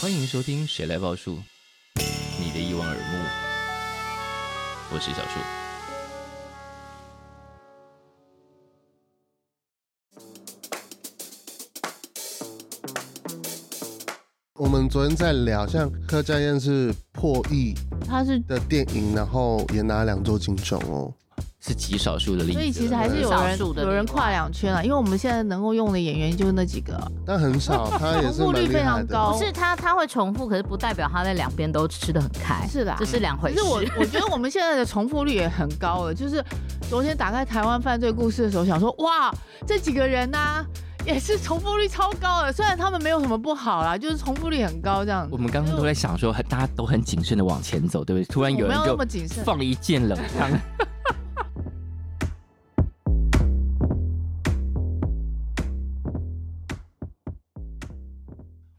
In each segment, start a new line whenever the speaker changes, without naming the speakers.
欢迎收听《谁来报数》，你的一望而目，我是小树。
我们昨天在聊，像柯佳燕是破亿
它是，
的电影，然后也拿了两座金钟哦。
是极少数的例子，
所以其实还是有
少
人
数的
有
例
人
外
跨两圈了，因为我们现在能够用的演员就是那几个，
但很少，她也是蛮厉害
重复率非常
的
高。
不是他他会重复，可是不代表他在两边都吃的很开，
是啦
这是两回
可
事。
是我我觉得我们现在的重复率也很高了，就是昨天打开台湾犯罪故事的时候，想说哇，这几个人呐、也是重复率超高的，虽然他们没有什么不好啦，就是重复率很高这样子。
我们刚刚都在想说，大家都很谨慎的往前走，对不对？突然有
我没
人
有那
就
么谨慎，
放一箭冷枪。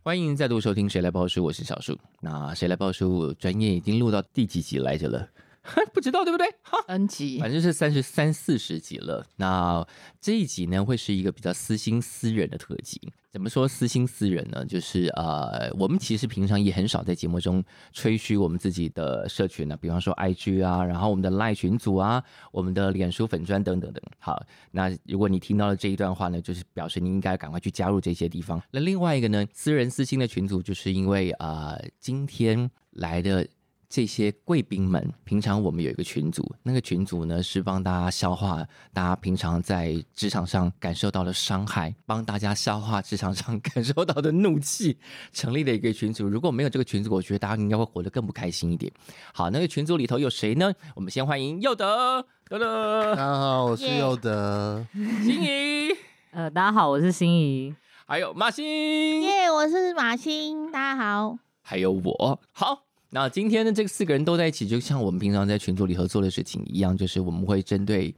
欢迎再度收听《谁来报数》，我是小树。那《谁来报数》专业已经录到第几集来着了？ 不知道对不对？
N 级
反正是三十三四十集了。那这一集呢，会是一个比较私心私人的特辑。怎么说私心私人呢？就是呃，我们其实平常也很少在节目中吹嘘我们自己的社群呢、比方说 IG 啊，然后我们的 Line 群组啊，我们的脸书粉砖等等等。好，那如果你听到了这一段话呢，就是表示你应该赶快去加入这些地方。那另外一个呢，私人私心的群组，就是因为啊、呃今天来的这些贵宾们，平常我们有一个群组，那个群组呢是帮大家消化大家平常在职场上感受到的伤害，帮大家消化职场上 感受到的怒气，成立的一个群组。如果没有这个群组，我觉得大家应该会活得更不开心一点。好，那个群组里头有谁呢？我们先欢迎佑德、德
大
德、
家好，我是
耶
佑德。
心怡，
呃，大家好，我是心怡。
还有马欣。
我是马欣，大家好。
还有我。好，那今天呢，这四个人都在一起，就像我们平常在群组里头做的事情一样，就是我们会针对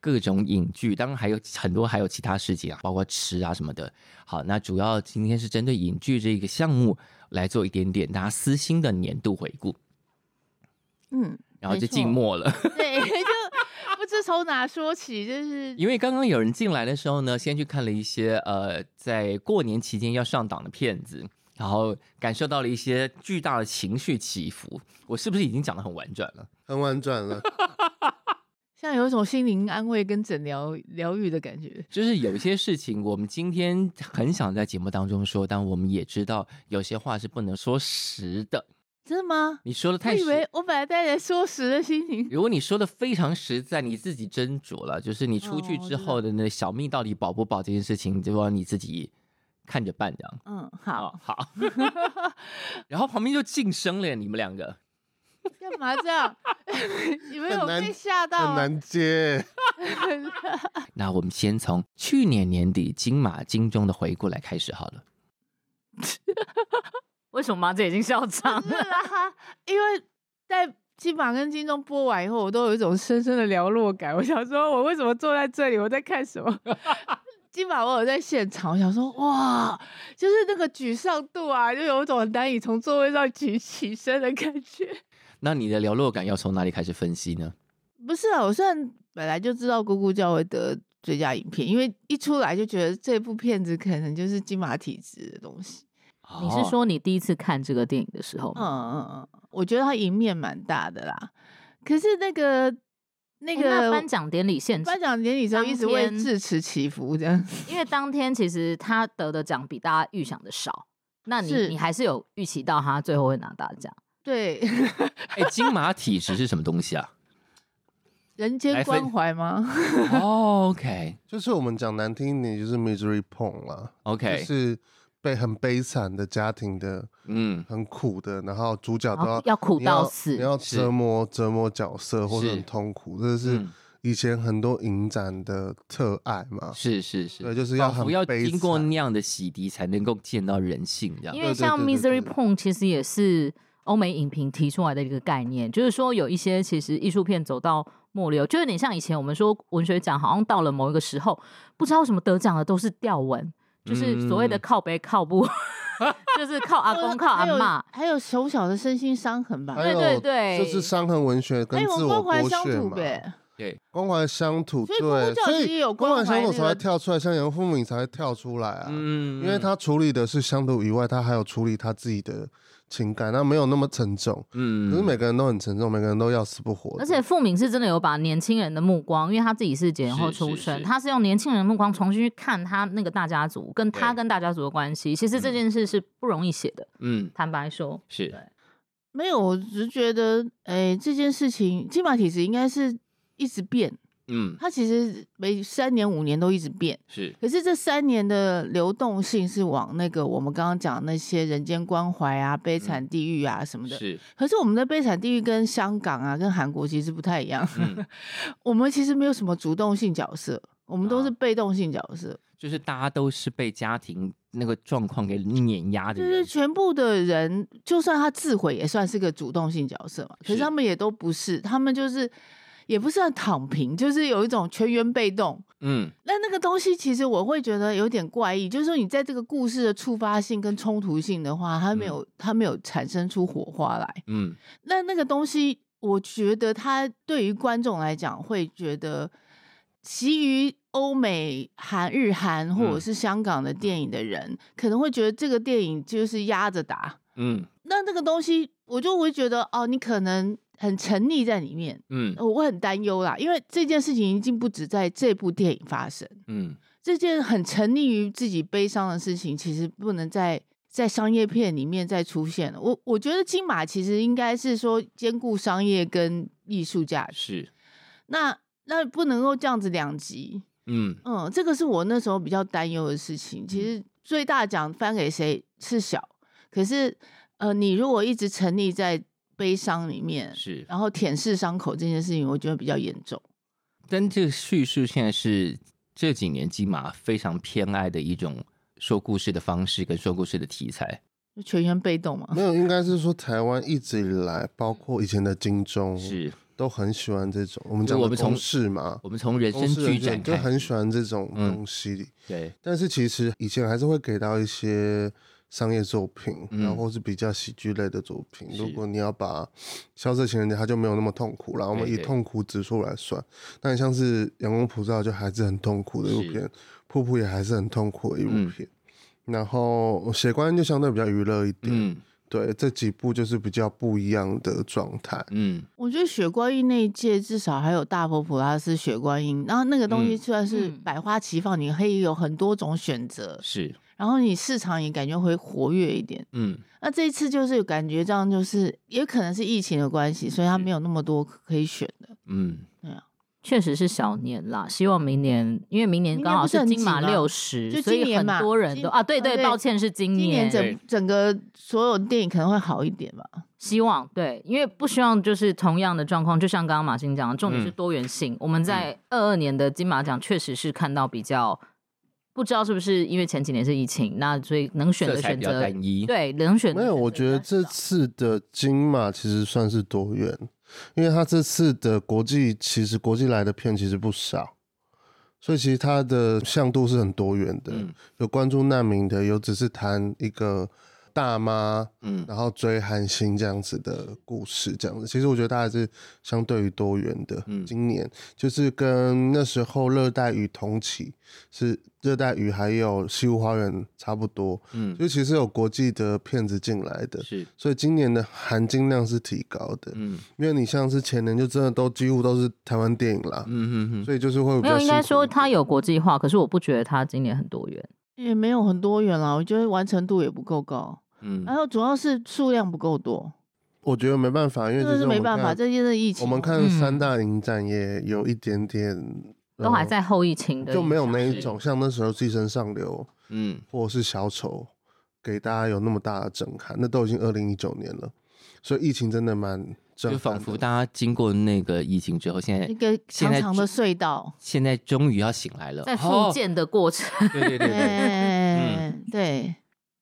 各种影剧，当然还有很多还有其他事情啊，包括吃啊什么的。好，那主要今天是针对影剧这个项目来做一点点大家私心的年度回顾，
嗯，
然后就
没错
静默了。
对，就不知从哪说起，就是
因为刚刚有人进来的时候呢，先去看了一些呃，在过年期间要上档的片子，然后感受到了一些巨大的情绪起伏。我是不是已经讲的很婉转了？
很婉转了，
像有一种心灵安慰跟诊疗疗愈的感觉。
就是有一些事情，我们今天很想在节目当中说，但我们也知道有些话是不能说实的。
真的吗？
你说的
我
太
以为
实，
我本来带着说实的心情，
如果你说的非常实在，你自己斟酌了。就是你出去
哦我
之
知道
后的那小命到底保不保这件事情，就要你自己看着办这样。
嗯，好，
哦好， 然后旁边就晋升了，你们两个。
干嘛这样？ 你们有
很难
被吓到
很
吗？
难 接。
那我们先从去年年底金马金钟的回顾来开始好了。
为什么麻姐已经笑场
不是啦，因为在金马跟金钟播完以后，我都有一种深深的寥落感。我想说，我为什么坐在这里？我在看什么？ 金马我有在现场，我想说，哇，就是那个沮丧度啊，就有一种很难以从座位上举起身的感觉。
那你的寥落感要从哪里开始分析呢？
不是啊，我虽然本来就知道《咕咕叫》会得最佳影片，因为一出来就觉得这部片子可能就是金马体质的东西。
你
哦
是说你第一次看这个电影的时候
嗯
吗？
嗯嗯嗯，我觉得它赢面蛮大的啦。可是那个那
诶
个
颁奖典礼现场
颁，奖典礼时候
当
一直为
天
智齿祈福这样。
因为当天其实他得的奖比大家预想的少，那你
是
你还是有预期到他最后会拿大奖。
对，
哎、金马体质是什么东西啊？
人
来
间
分
关怀吗？
哦 OK
就是我们讲难听一点，就是 misery porn 啦，就
OK，
是被很悲惨的家庭的，
嗯，
很苦的，然后主角都
然
要
后要苦
你
到
要
死
你要
是
折磨折磨角色或者
是
很痛苦，这是
嗯
以前很多影展的特爱嘛。
是是是，
对就是要
仿佛
很
要
悲
经过
惨
那样的洗涤，才能够见到人性这样。
因
对
为
对
像
对对
misery
对
porn 其实也是欧美影评提出来的一个概念，就是说有一些其实艺术片走到末流，就有点像以前我们说文学奖，好像到了某一个时候，不知道为什么得奖的都是吊文，就是所谓的
嗯
靠北靠不。 就是靠阿啊 公靠阿
还有
妈，
还有从小的身心伤痕吧。
还有
对对
就是伤痕文学跟
哎，我
自
们
我
关怀
剥
乡
削
土
嘛，
呗，
关怀乡土，
所以公共
对，
教
所
育也
以
有
关怀
关怀
乡土
那
才会
个
跳出来，像杨父母才会跳出来啊，
嗯
因为他处理的是乡土以外，他还有处理他自己的情感，那没有那么沉重。
嗯
可是每个人都很沉重，每个人都要死不活的。
而且傅敏是真的有把年轻人的目光，因为他自己是九零后
是
出
是
生，
是
他是用年轻人的目光重新去看他那个大家族，跟他
对
跟大家族的关系。其实
嗯
这件事是不容易写的，
嗯
坦白说，
是
对
没有，我只是觉得，哎，这件事情金马体质应该是一直变，
嗯
它其实每三年五年都一直变。
是
可是这三年的流动性是往那个我们刚刚讲那些人间关怀啊、悲惨地狱啊什么的。
嗯是
可是我们的悲惨地狱跟香港啊、跟韩国其实不太一样，
嗯，
我们其实没有什么主动性角色，我们都
啊
是被动性角色，
就是大家都是被家庭那个状况给碾压的
就是
人，
全部的人，就算他自毁也算是个主动性角色嘛。可
是
是他们也都不是，他们就是也不是很躺平，就是有一种全员被动。
嗯
那那个东西，其实我会觉得有点怪异，就是说你在这个故事的触发性跟冲突性的话，它没有、它没有产生出火花来。
嗯
那那个东西，我觉得它对于观众来讲会觉得，其余欧美、韩、日韩或者
嗯
是香港的电影的人，可能会觉得这个电影就是压着打。
嗯
那那个东西，我就会觉得哦，你可能很沉溺在里面，
嗯
我会很担忧啦，因为这件事情已经不止在这部电影发生，
嗯
这件很沉溺于自己悲伤的事情，其实不能再在商业片里面再出现了。我我觉得金马其实应该是说兼顾商业跟艺术价值，
是
那那不能够这样子两极。
嗯
嗯，这个是我那时候比较担忧的事情。其实最大奖颁给谁是小，可是呃，你如果一直沉溺在悲伤里面，
是，
嗯
然后舔舐伤口这件事情，我觉得比较严重。
但这个叙述现在是这几年金马非常偏爱的一种说故事的方式跟说故事的题材，
全员被动嘛，
没有，应该是说台湾一直以来，包括以前的金钟，
是
都很喜欢这种我们
就
讲
我
的
们从
公式嘛，
我们从人
公
生
式
剧展
人哦选就
看
很
起
喜欢这种
嗯
东西。
对
但是其实以前还是会给到一些商业作品，
嗯
然后是比较喜剧类的作品。
是
如果你要把《消失的情人节》，它就没有那么痛苦了。我们
对
以
对
痛苦指数来算，但像是《阳光普照》就还是很痛苦的一部
是
片，《瀑布》也还是很痛苦的一部
嗯
片。然后《血观音》就相对比较娱乐一点，
嗯
对这几部就是比较不一样的状态。
嗯
我觉得雪观音那一届至少还有大佛普拉斯雪观音，然后那个东西
嗯
虽然是
嗯
百花齐放，你可以有很多种选择，
是
然后你市场也感觉会活跃一点。
嗯
那这一次就是感觉这样，就是也可能是疫情的关系，所以它没有那么多可以选的。
嗯
确实是小年啦。希望明年，因为明年
明年
刚好
不是很
金马
紧吗
六十，
就
所
今
以
年
很
嘛
多人
今
都啊，对
啊
对，
对
抱歉是
嗯
今
今年
年
整整个所有电影可能会好一点吧。
希望对，因为不希望就是同样的状况，就像刚刚马欣讲的，重点是
嗯
多元性。我们在二二年的金马奖确实是看到比较，不知道是不是因为前几年是疫情，那所以能选
色
的
彩
选
比较
择
单一，
对能选的
没有，
选择
我觉得
比较
这
少
次的金马其实算是多元，因为他这次的国际其实国际来的片其实不少，所以其实它的向度是很多元的，
嗯
有关注难民的，有只是谈一个大妈
嗯
然后追韩星这样子的故事，这样子，其实我觉得它还是相对于多元的。
嗯
今年就是跟那时候热带雨同期，是热带雨还有西湖花园差不多，
嗯
就其实有国际的片子进来的，
是
所以今年的含金量是提高的。
嗯
因为你像是前年就真的都几乎都是台湾电影啦，
嗯嗯
所以就是会比
没
较
有，应该
辛苦
说
一点嗯
它有国际化，可是我不觉得它今年很多元。
也没有很多元啦，我觉得完成度也不够高，
嗯
然后主要是数量不够多，
我觉得没办法，因为
这
其
个
实
是
我
没
们
办法，
看
这就是疫情
我
嘛。
们看
嗯
三大影展也有一点点
都还。在后疫情的
哦呃就没有
影响
那一种像那时候《寄生上流
嗯》
或者是《小丑》，给大家有那么大的震撼。那都已经二零一九年了，所以疫情真的蛮震撼
就
的。
仿佛大家经过那个疫情之后，现
一
在
个
现
长
在
长的隧道，
现在终于要醒来了，
在
哦
复，健的过程，
对对 对对，
哎，对，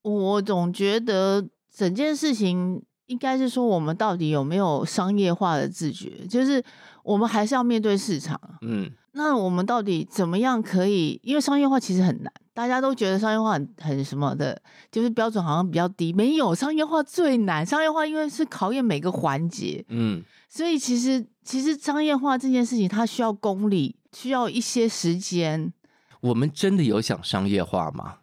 我总觉得整件事情应该是说，我们到底有没有商业化的自觉？就是我们还是要面对市场啊。
嗯
那我们到底怎么样可以？因为商业化其实很难，大家都觉得商业化很很什么的，就是标准好像比较低。没有，商业化最难。商业化因为是考验每个环节，
嗯，
所以其实其实商业化这件事情，它需要功力，需要一些时间。
我们真的有想商业化吗？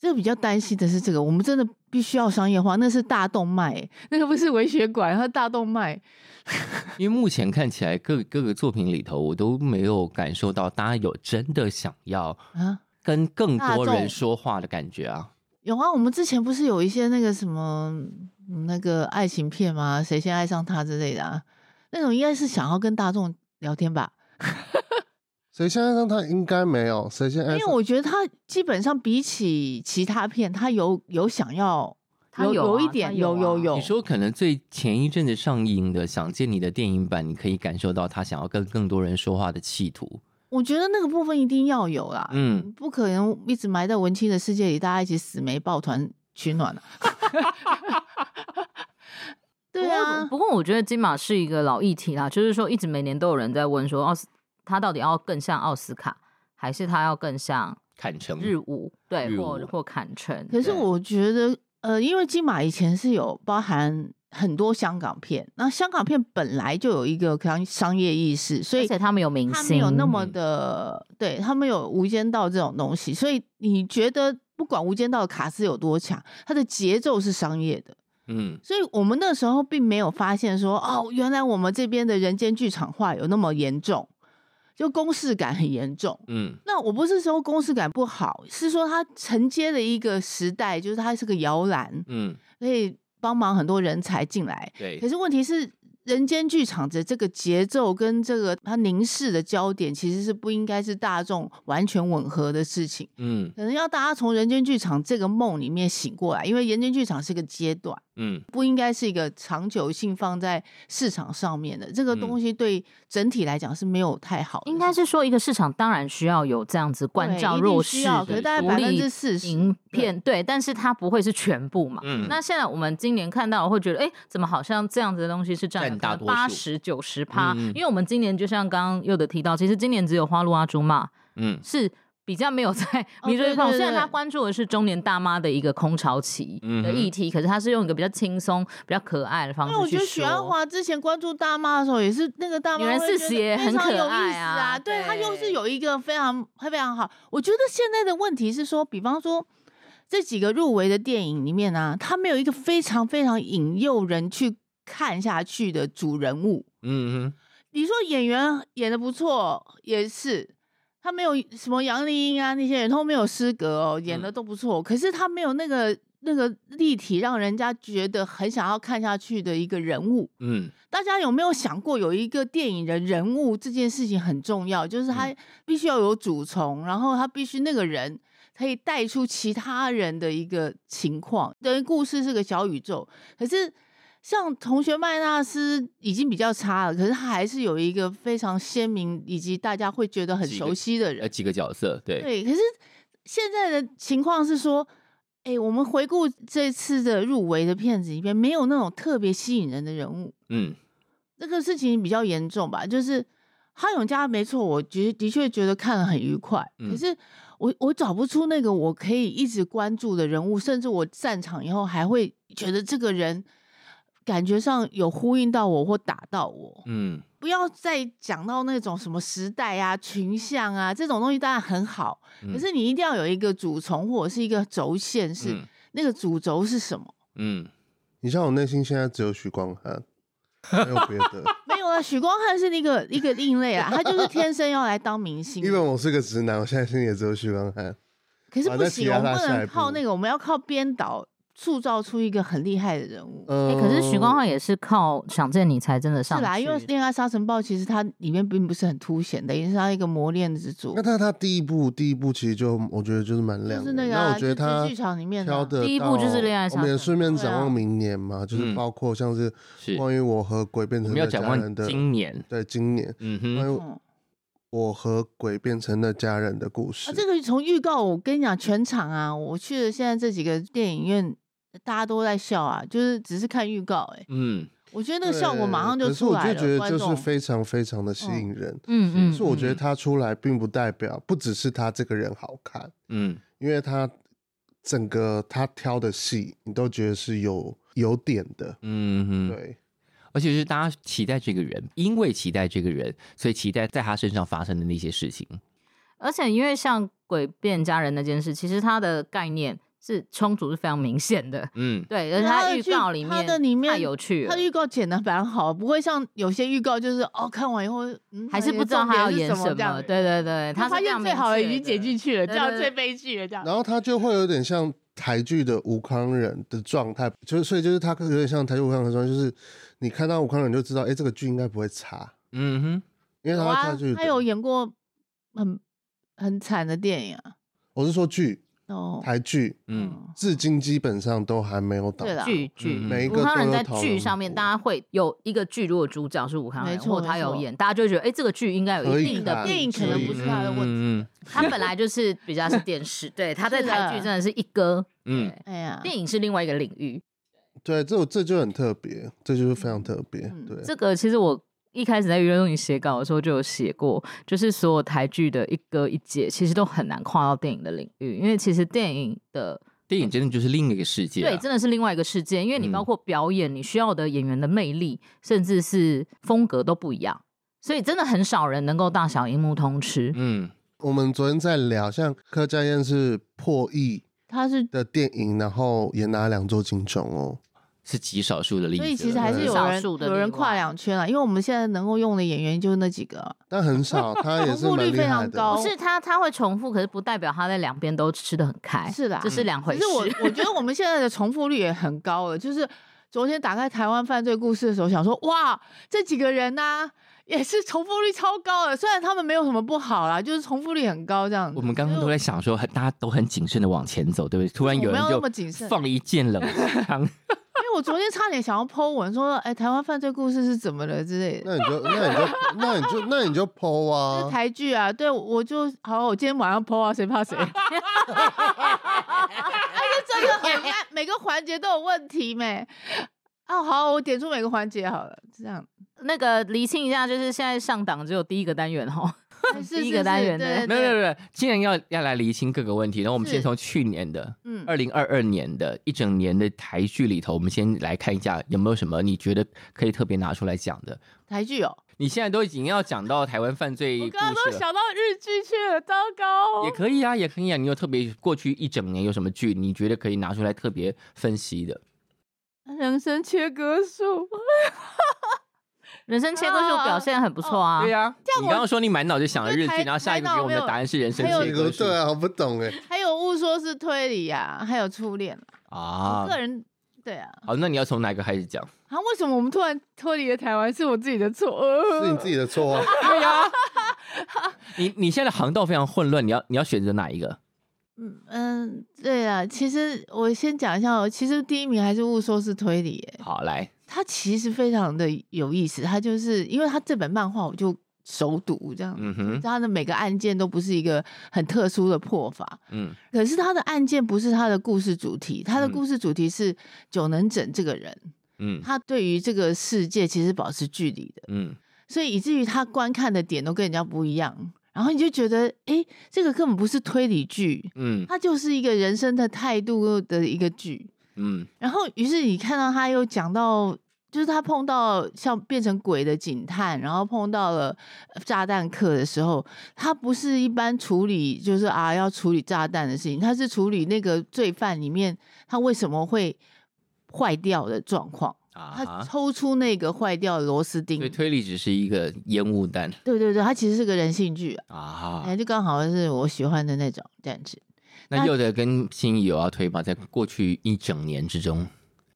这个比较担心的是这个，我们真的必须要商业化，那是大动脉、欸 那个不是微血管，它是大动脉。
因为目前看起来各各个作品里头，我都没有感受到大家有真的想要
啊
跟更多
大
人
众
说话的感觉啊。
有啊，我们之前不是有一些那个什么嗯那个爱情片吗？谁先爱上他之类的、啊，那种应该是想要跟大众聊天吧，
谁先爱上他应该没有，谁先爱
因为
上
我觉得他基本上比起其他片，他有有想要
他
有
有啊
一
他
点
有
有
啊
有有
你说可能最前一阵子上映的《想见你》的电影版，你可以感受到他想要跟更多人说话的企图。
我觉得那个部分一定要有啦，
嗯，
不可能一直埋在文青的世界里，大家一起死没抱团取暖啊。对啊，
不过我觉得金马是一个老议题啦，就是说一直每年都有人在问说奥斯，他到底要更像奥斯卡，还是他要更像
坦诚，
日舞？对，
日
或
舞
或坎城？
可是
对
我觉得，呃，因为金马以前是有包含很多香港片，那香港片本来就有一个商商业意识，所
而
以
且他们有明
他们
星，
有那么
嗯
的，对他们有《无间道》这种东西，所以你觉得不管《无间道》的卡斯有多强，它的节奏是商业的，
嗯，
所以我们那时候并没有发现说，哦，原来我们这边的人间剧场化有那么严重，就公式感很严重。
嗯
那我不是说公式感不好，是说它承接了一个时代，就是它是个摇篮，
嗯，
可以帮忙很多人才进来。
对
可，是问题是，人间剧场的这个节奏跟这个它凝视的焦点，其实是不应该是大众完全吻合的事情。
嗯
可能要大家从人间剧场这个梦里面醒过来，因为人间剧场是个阶段，
嗯
不应该是一个长久性放在市场上面的。这个
嗯
东西对整体来讲是没有太好的。
应该是说一个市场当然需要有这样子关
对
照
一定
弱
需
势
要可是大概
独立
40%
影片对，但是它不会是全部嘛。
嗯，
那现在我们今年看到，会觉得哎，诶怎么好像这样子的东西是占
占大多数
八十九十趴？
嗯嗯
因为我们今年就像刚刚又的提到，其实今年只有花露阿朱嘛
嗯
是。比较没有在
哦
迷
对
追胖，
对
虽然
对
他关注的是中年大妈的一个空巢期
嗯
的
哼
议题，可是他是用一个比较轻松、比较可爱的方
因为我
式去
觉
说。
得许鞍华之前关注大妈的时候，也是那个大妈
女人
会觉得
40也很
非常
可
有意
爱
思
啊
啊。对，
对
她又是有一个非常非常好。我觉得现在的问题是说，比方说这几个入围的电影里面啊，它没有一个非常非常引诱人去看下去的主人物。
嗯嗯
你说演员演的不错，也是。他没有什么杨丽英啊，那些人都没有失格哦，演的
嗯
都不错。可是他没有那个那个立体，让人家觉得很想要看下去的一个人物。
嗯，
大家有没有想过，有一个电影的人物这件事情很重要，就是他
嗯
必须要有主从，然后他必须那个人可以带出其他人的一个情况，等于故事是个小宇宙。可是像同学麦纳斯已经比较差了，可是他还是有一个非常鲜明以及大家会觉得很
几个
熟悉的人
呃，。几个角色，对，
对，可是现在的情况是说，哎、我们回顾这次的入围的片子里面，没有那种特别吸引人的人物。
嗯
这个事情比较严重吧，就是哈永家没错，我觉的确觉得看了很愉快，
嗯
可是我我找不出那个我可以一直关注的人物，甚至我散场以后还会觉得这个人感觉上有呼应到我或打到我。
嗯
不要再讲到那种什么时代啊、群像啊这种东西，当然很好，
嗯
可是你一定要有一个主从或者是一个轴线是，
嗯
那个主轴是什么？
嗯
你像我内心现在只有许光汉，没有别 的，
没有啊，许光汉是一个一个另类啊，他就是天生要来当 明星的。啊
因为我是个直男，我现在心里也只有许光汉。
可是
好
不
啊那
行，
提到
我们
他
不
下
能
一
靠
步
那个，我们要靠编导塑造出一个很厉害的人物。
呃
诶可是许光汉也是靠《想见你》才真的上
是啦，
去
因为《恋爱沙尘暴》其实它里面并不是很凸显的，也是他一个磨练之
呃
作
那，他他第一部第一部其实就我觉得就是蛮
就
亮的，
是那个、
那
啊、
我觉得
就
他
是剧场里面的啊
挑的
第一部就是恋爱
我们也
沙尘
顺便
对啊
展望明年嘛，就
嗯
是包括像是
是，我
关于我和鬼变成
们
的
要展
家人
望
的，
今年，
对今年
嗯
关
哼，
于
嗯
我和鬼变成的家人的故事
啊，，这个从预告我跟你讲，全场啊，我去了现在这几个电影院，大家都在笑啊，就是只是看预告、欸，哎，
嗯，
我觉得那个效果马上
对
就
可是
出
我
来
就
了，
觉得
观
就是
众
非常非常的吸引人，
嗯嗯，
所以我觉得
嗯
他出来并不代表不只是他这个人好看，
嗯
因为他整个他挑的戏你都觉得是有有点的，
嗯嗯，
对，
而且是大家期待这个人，因为期待这个人，所以期待在他身上发生的那些事情。
而且因为像鬼变家人那件事，其实它的概念是充足是非常明显的，
嗯
对，而且
它
它
的
预
剧
告里面
它的里面
太有趣
他
了
的。预告剪的蛮好，不会像有些预告就是哦，看完以后、嗯、
还是不知道他
他
要演
什
什
这样
么，。对对对，
他
他
发
是这
现
样
最
明
好的
确
已经
的
剪进去了，这
对
样
对
最
对
悲剧了，这样。
然后他就会有点像台剧的吴康忍的状态，就是所以就是他有点像台剧吴康忍的状态，就是你看到吴康忍就知道，哎、这个剧应该不会差，
嗯哼，
因为
有
他会
啊
跳剧，
他有演过很很惨的电影啊，
我是说剧
哦，
台剧，
嗯，
至今基本上都还没有倒
对啦
剧剧。
嗯
每一
武
个
康人
都有
在
讨
剧
论
上面，
过
大家会有一个剧，如果主角是武康
没
人，
错
或他
没
有
错
演，大家就会觉得，哎、这个剧应该有
可
一
以
定的
看
品
电影可
质
能不是他的问题
嗯
他本来就是 比较是电视，对，他在
是
台
的
剧真的是一哥，
嗯
对，
哎呀，
电影是另外一个领域。
对，这这就很特别，这就是非常特别，
嗯
对，
这个其实我一开始在娱乐中心写稿的时候就有写过，就是所有台剧的一哥一姐其实都很难跨到电影的领域，因为其实电影的
电影真的就是另一个世界啊、
对，真的是另外一个世界，因为你
嗯
包括表演，你需要的演员的魅力，甚至是风格都不一样，所以真的很少人能够大小荧幕通吃。
嗯
我们昨天在聊，像柯佳燕是破亿
他是
的电影，然后也拿两座金钟哦。
是极少数的例子
所
了，
以其实还是有
少
人
数的
有人
例外
跨两圈啊，因为我们现在能够用的演员就那几个啊、
但很少，他也是
重复率
蛮 厉
非常
害的。
高
不是他，他会重复，可是不代表他在两边都吃的很开，
是啦
这是两回
可
事
是。我我觉得我们现在的重复率也很高了，就是昨天打开台湾犯罪故事的时候，想说哇，这几个人呐、也是重复率超高的，虽然他们没有什么不好啦，就是重复率很高这样子。
我们刚刚都在想说，很大家都很谨慎的往前走，对不对？突然有
我
人
没有那么谨
就
慎
放一箭 冷枪，
因为我昨天差点想要 Po 文说，哎、台湾犯罪故事是怎么了之类
嗯
的。
那你就那你就那你就那你就剖
哦
就是
啊！
台剧啊，对我就好，我今天晚上 PO 啊，谁怕谁？而 且真的很 烂，每个环节都有问题没？哦，好，我点出每个环节好了，这样。
那个厘清一下，就是现在上档只有第一个单元哦，
哎是
第一
是
个单
是
元的
对
没
对
有没有
对，
没有，既然要要来厘清各个问题，那我们
是
先从去年的
嗯，
二零二二年的一整年的台剧里头，我们先来看一下有没有什么你觉得可以特别拿出来讲的。
台剧哦，
你现在都已经要讲到台湾犯罪
我
故
刚刚都
事了，
想到日剧去了，糟糕
也
哦。
可以啊，也可以啊。你有特别过去一整年有什么剧，你觉得可以拿出来特别分析的？
人生切割术，
人生
啊
切割秀表现很不错啊。
哦对呀、你
我
刚刚说你满脑就想了
我觉
日
得
剧，
台
然后下一个给我们的答案是人生
还有
切割术
对啊，我不懂哎。
还有误说是推理啊，还有初恋啊
啊
我个。人对啊，
好，那你要从哪个开始讲？
啊，为什么我们突然脱离了台湾？是我自己的错，呃
是你自己的错啊！
对呀、你你现在的航道非常混乱，你要你要选择哪一个？
嗯嗯，对啊，其实我先讲一下哦，其实第一名还是误说是推理耶，
好，来，
它其实非常的有意思，它就是因为它这本漫画我就熟读这样，
嗯哼，
它的每个案件都不是一个很特殊的破法，
嗯
可是他的案件不是他的故事主题，他的
嗯
故事主题是久能整这个人，
嗯
他对于这个世界其实保持距离的，
嗯
所以以至于他观看的点都跟人家不一样，然后你就觉得，诶，这个根本不是推理剧，
嗯
它就是一个人生的态度的一个剧。
嗯
然后，于是你看到他又讲到，就是他碰到像变成鬼的警探，然后碰到了呃炸弹客的时候，他不是一般处理，就是啊要处理炸弹的事情，他是处理那个罪犯里面他为什么会坏掉的状况，
啊
他
哈，
抽出那个坏掉的螺丝钉
所以，推理只是一个烟雾弹
对对对，他其实是个人性剧、啊，
啊
哎，。就刚好是我喜欢的那种这样子。
那
那
又得跟心仪有要推吧，在过去一整年之中，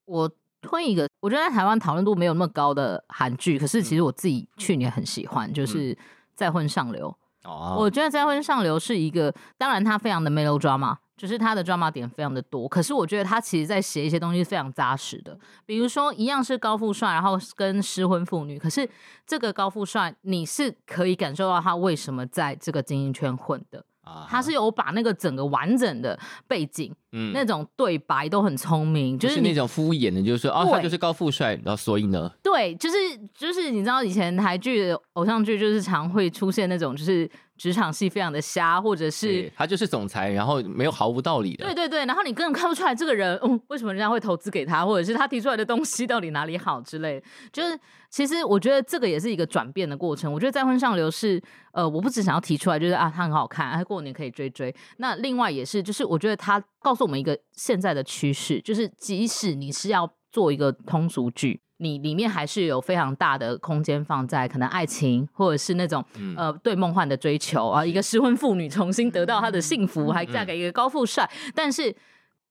我推一个，我觉得在台湾讨论度没有那么高的韩剧，可是其
嗯
实我自己去年很喜欢，就是《再婚上流》。
哦，
我觉得《再婚上流》是一个，当然它非常的 melodrama，就是它的 drama 点非常的多。可是我觉得它其实在写一些东西是非常扎实的，比如说一样是高富帅，然后跟失婚妇女，可是这个高富帅你是可以感受到他为什么在这个精英圈混的。
啊
他是有把那个整个完整的背景、
嗯
那种对白都很聪明，
不
就是是
那
你
种敷衍的，就是说哦，他
对
就是高富帅，然后所以呢，
对，就是就是你知道以前台剧、偶像剧就是常会出现那种就是职场戏非常的瞎，或者是
对。哎他就是总裁，然后没有毫无道理的，
对对对，然后你根本看不出来这个人，嗯，为什么人家会投资给他，或者是他提出来的东西到底哪里好之类的。就是其实我觉得这个也是一个转变的过程。我觉得在婚上流是，呃，我不只想要提出来，就是啊，他很好看，啊，过年可以追追。那另外也是，就是我觉得他告诉我们一个现在的趋势，就是即使你是要做一个通俗剧。你里面还是有非常大的空间放在可能爱情，或者是那种、
嗯
呃对梦幻的追求啊，一个失婚妇女重新得到她的幸福，还嫁
嗯
给一个高富帅，但是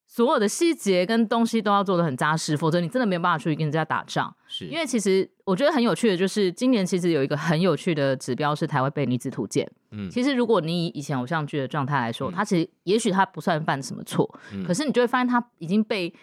所有的细节跟东西都要做的很扎实，否则你真的没有办法出去跟人家打仗。
是
因为其实我觉得很有趣的就是，今年其实有一个很有趣的指标是台湾被女子图鉴。
嗯
其实如果你以以前偶像剧的状态来
嗯
说，它其实也许它不算犯什么错，
嗯
可是你就会发现它已经被。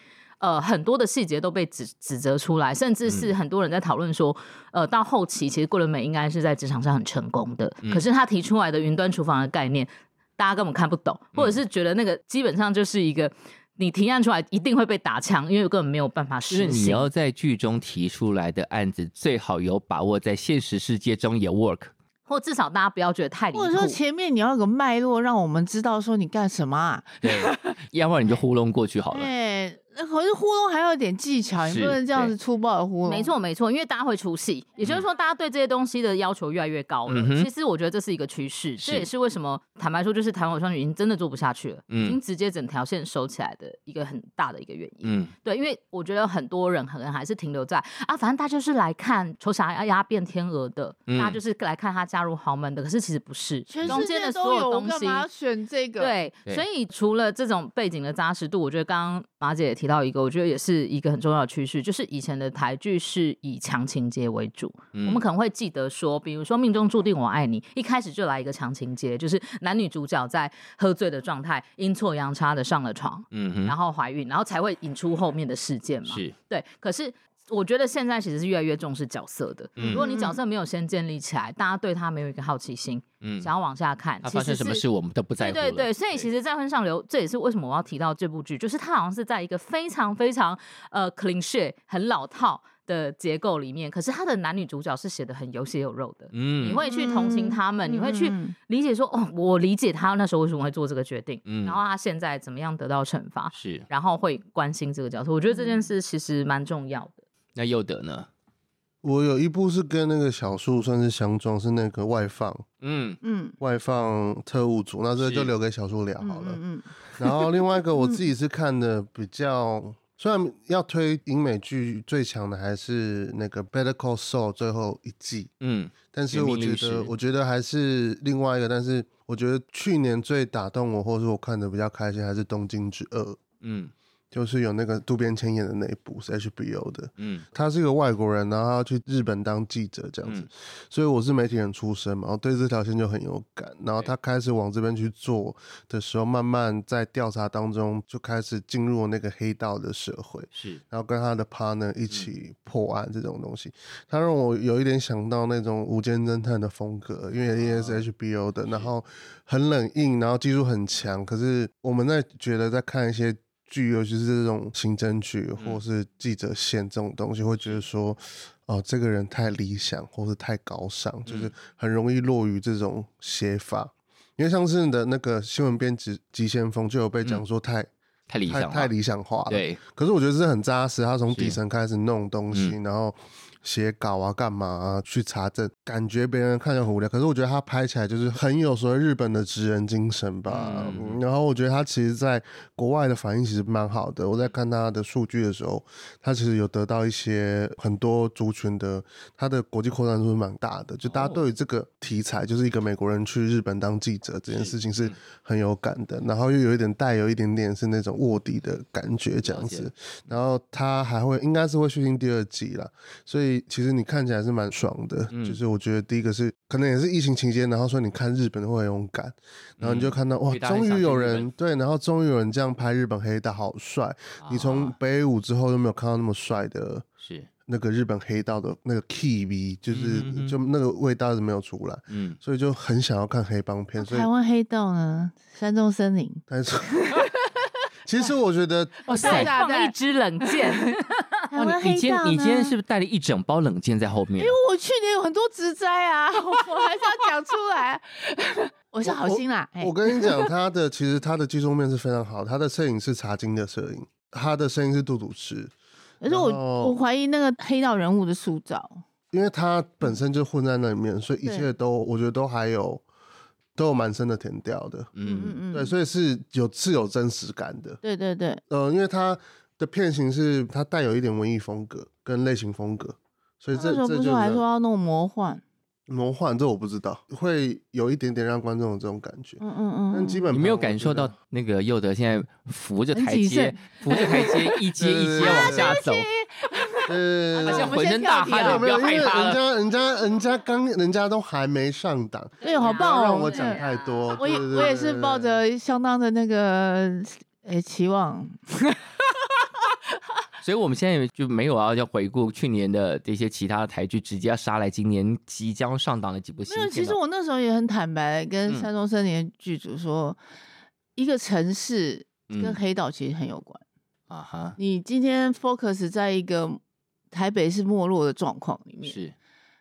呃，很多的细节都被指指责出来，甚至
嗯
是很多人在讨论说，呃，到后期其实桂纶镁应该是在职场上很成功的，
嗯
可是他提出来的云端厨房的概念，大家根本看不懂，
嗯
或者是觉得那个基本上就是一个你提案出来一定会被打枪，因为根本没有办法
就是
实
你
行。
要在剧中提出来的案子，最好有把握在现实世界中也 work。
或至少大家不要觉得太离谱
或者。说前面你要有个脉络，让我们知道说你干什么、啊。
对，要不然你就糊弄过去好了。
哎
对，那可是糊弄还要有点技巧，你
是
不能这样
对
子粗暴的
嗯
糊弄。
没，错，没错，因为大家会出戏，也就是说，大家对这些东西的要求越来越高了。
嗯哼
其实我觉得这是一个趋势，
是
这也是为什么坦白说，就是台湾偶像剧已经真的做不下去了，
嗯
已经直接整条线收起来的一个很大的一个原因。
嗯，
对，因为我觉得很多人可能还是停留在啊，反正大家就是来看丑小鸭变天鹅的，
嗯
大家就是来看他嫁入豪门的。可是其实不是，
全
中
世
间
界
的
都
所
有，我
东
干
西。
嘛要选这个？，
对，
对
所以除了这种背景的扎实度，我觉得刚刚马姐也提到一个，我觉得也是一个很重要的趋势，就是以前的台剧是以强情节为主，
嗯
我们可能会记得说，比如说《命中注定我爱你》，一开始就来一个强情节，就是男女主角在喝醉的状态，阴错阳差的上了床，
嗯哼，
然后怀孕，然后才会引出后面的事件嘛。
是
对，可是我觉得现在其实是越来越重视角色的。
嗯
如果你角色没有先建立起来，大家对他没有一个好奇心，
嗯，
想要往下看，
他
其
发
实
生什么
是
事我们都不在乎
对对
了
对，所以其实《再婚上流》这也是为什么我要提到这部剧，就是它好像是在一个非常非常呃 clean shit 很老套的结构里面，可是它的男女主角是写的很有血有肉的。
嗯，
你会去同情他们，
嗯
你会去
嗯嗯
理解说，哦，我理解他那时候为什么会做这个决定，
嗯
然后他现在怎么样得到惩罚，
是
然后会关心这个角色。我觉得
嗯
这件事其实蛮重要的。
那又得呢？
我有一部是跟那个小树算是相撞，是那个外放
嗯
嗯，
外放特务组，那这个
是
就留给小树聊
嗯
好了。
嗯
然后另外一个我自己是看的比较，虽然要推英美剧最强的还是那个《Better Call Saul》最后一季，
嗯
但是
严
我
明律
觉
师
得我觉得还是另外一个，但是我觉得去年最打动我，或者是我看的比较开心，还是《东京之二》，
嗯
就是有那个渡边谦演的那一部是 HBO 的。
嗯
他是一个外国人，然后他要去日本当记者这样子，
嗯
所以我是媒体人出身嘛，然后对这条线就很有感。然后他开始往这边去做的时候，慢慢在调查当中就开始进入那个黑道的社会，
是
然后跟他的 partner
嗯
一起破案这种东西。他让我有一点想到那种《无间侦探》的风格，因
啊
为也是 HBO 的，然后很冷硬，然后技术很强，可是我们在觉得在看一些剧，尤其是这种刑侦剧
嗯
或是记者线这种东西，会觉得说，哦、这个人太理想或是太高尚，
嗯
就是很容易落于这种写法。因为上次的那个新闻编辑急先锋就有被讲说太、
太嗯理想
太
了，
太理想化了，
对，
可是我觉得这很扎实，他从
是
底层开始弄东西，然后写稿啊、干嘛啊、去查证，感觉别人看着很无聊。可是我觉得他拍起来就是很有所谓日本的职人精神吧。
嗯
嗯然后我觉得他其实在国外的反应其实蛮好的。我在看他的数据的时候，他其实有得到一些很多族群的，他的国际扩散度是蛮大的。就大家
哦
对于这个题材，就是一个美国人去日本当记者这件
是
事情是
嗯
很有感的，然后又有一点带有一点点是那种卧底的感觉这样
了解
子。然后他还会应该是会续订第二季啦，所以其实你看起来是蛮爽的。
嗯
就是我觉得第一个是可能也是疫情期间，然后说你看日本会很有感，然后你就看到、
因
哇
为，大家很
终
想
于
去
有
日
人
本
对，然后终于有人这样拍日本黑道，好帅！你从
啊
北舞之后都没有看到那么帅的
是
那个日本黑道的那个 key V，就是、
嗯哼哼
就那个味道是没有出来，
嗯，
所以就很想要看黑帮片，所以
哦嗯台湾黑道呢，山中森林，
但 是其实我觉得
哇
塞
放了一支冷箭，
台
哇
湾
你
黑
你今
道
天
呢？哎
你今天是不是带了一整包冷箭在后面啊？
我去年有很多职灾啊， 我我还是要讲出来。 我是好心啦，哎
我跟你讲，他的其实他的技术面是非常好，他的摄影是茶金的摄影，他的摄影是杜笃师，
可是我
然后
我怀疑那个黑道人物的塑造，
因为他本身就混在那里面，所以一
对
切都我觉得都还有都有蛮深的甜调的，
嗯，
嗯嗯
对，
嗯，
所以是有是有真实感的。
对对对，
呃，因为它的片型是它带有一点文艺风格跟类型风格，所以这
那时候
这
不
就是
还说
是
要弄魔幻，
魔幻，这我不知道，会有一点点让观众有这种感觉，
嗯嗯
但
嗯
基
嗯，
本
你没有
盘我
感
觉
受
得
到那个佑德现在扶着
很
台
谨
阶
慎，啊
扶着台阶 一阶
对
一
对
阶
对
往下走，
呃
而
好
且
像我们
浑
先
身
跳
大
题
汗
啊
的，
没有
不
没
要
有，因为
害
人
怕了。
家人家人家刚人家都还没上档，
对，好
不
不要
棒哦！
让我讲
对啊
太多。
我也
对对
我也
对
是
对
抱着相当的那个诶期望，
所以我们现在就没有要要回顾去年的这些其他的台剧，直接要杀来今年即将上档的几部新
没有，
片。
其实我那时候也很坦白，跟
嗯
山中森林的剧组说，一个城市跟
嗯
黑道其实很有关。
啊哈，
你今天 focus 在一个台北市没落的状况里面，
是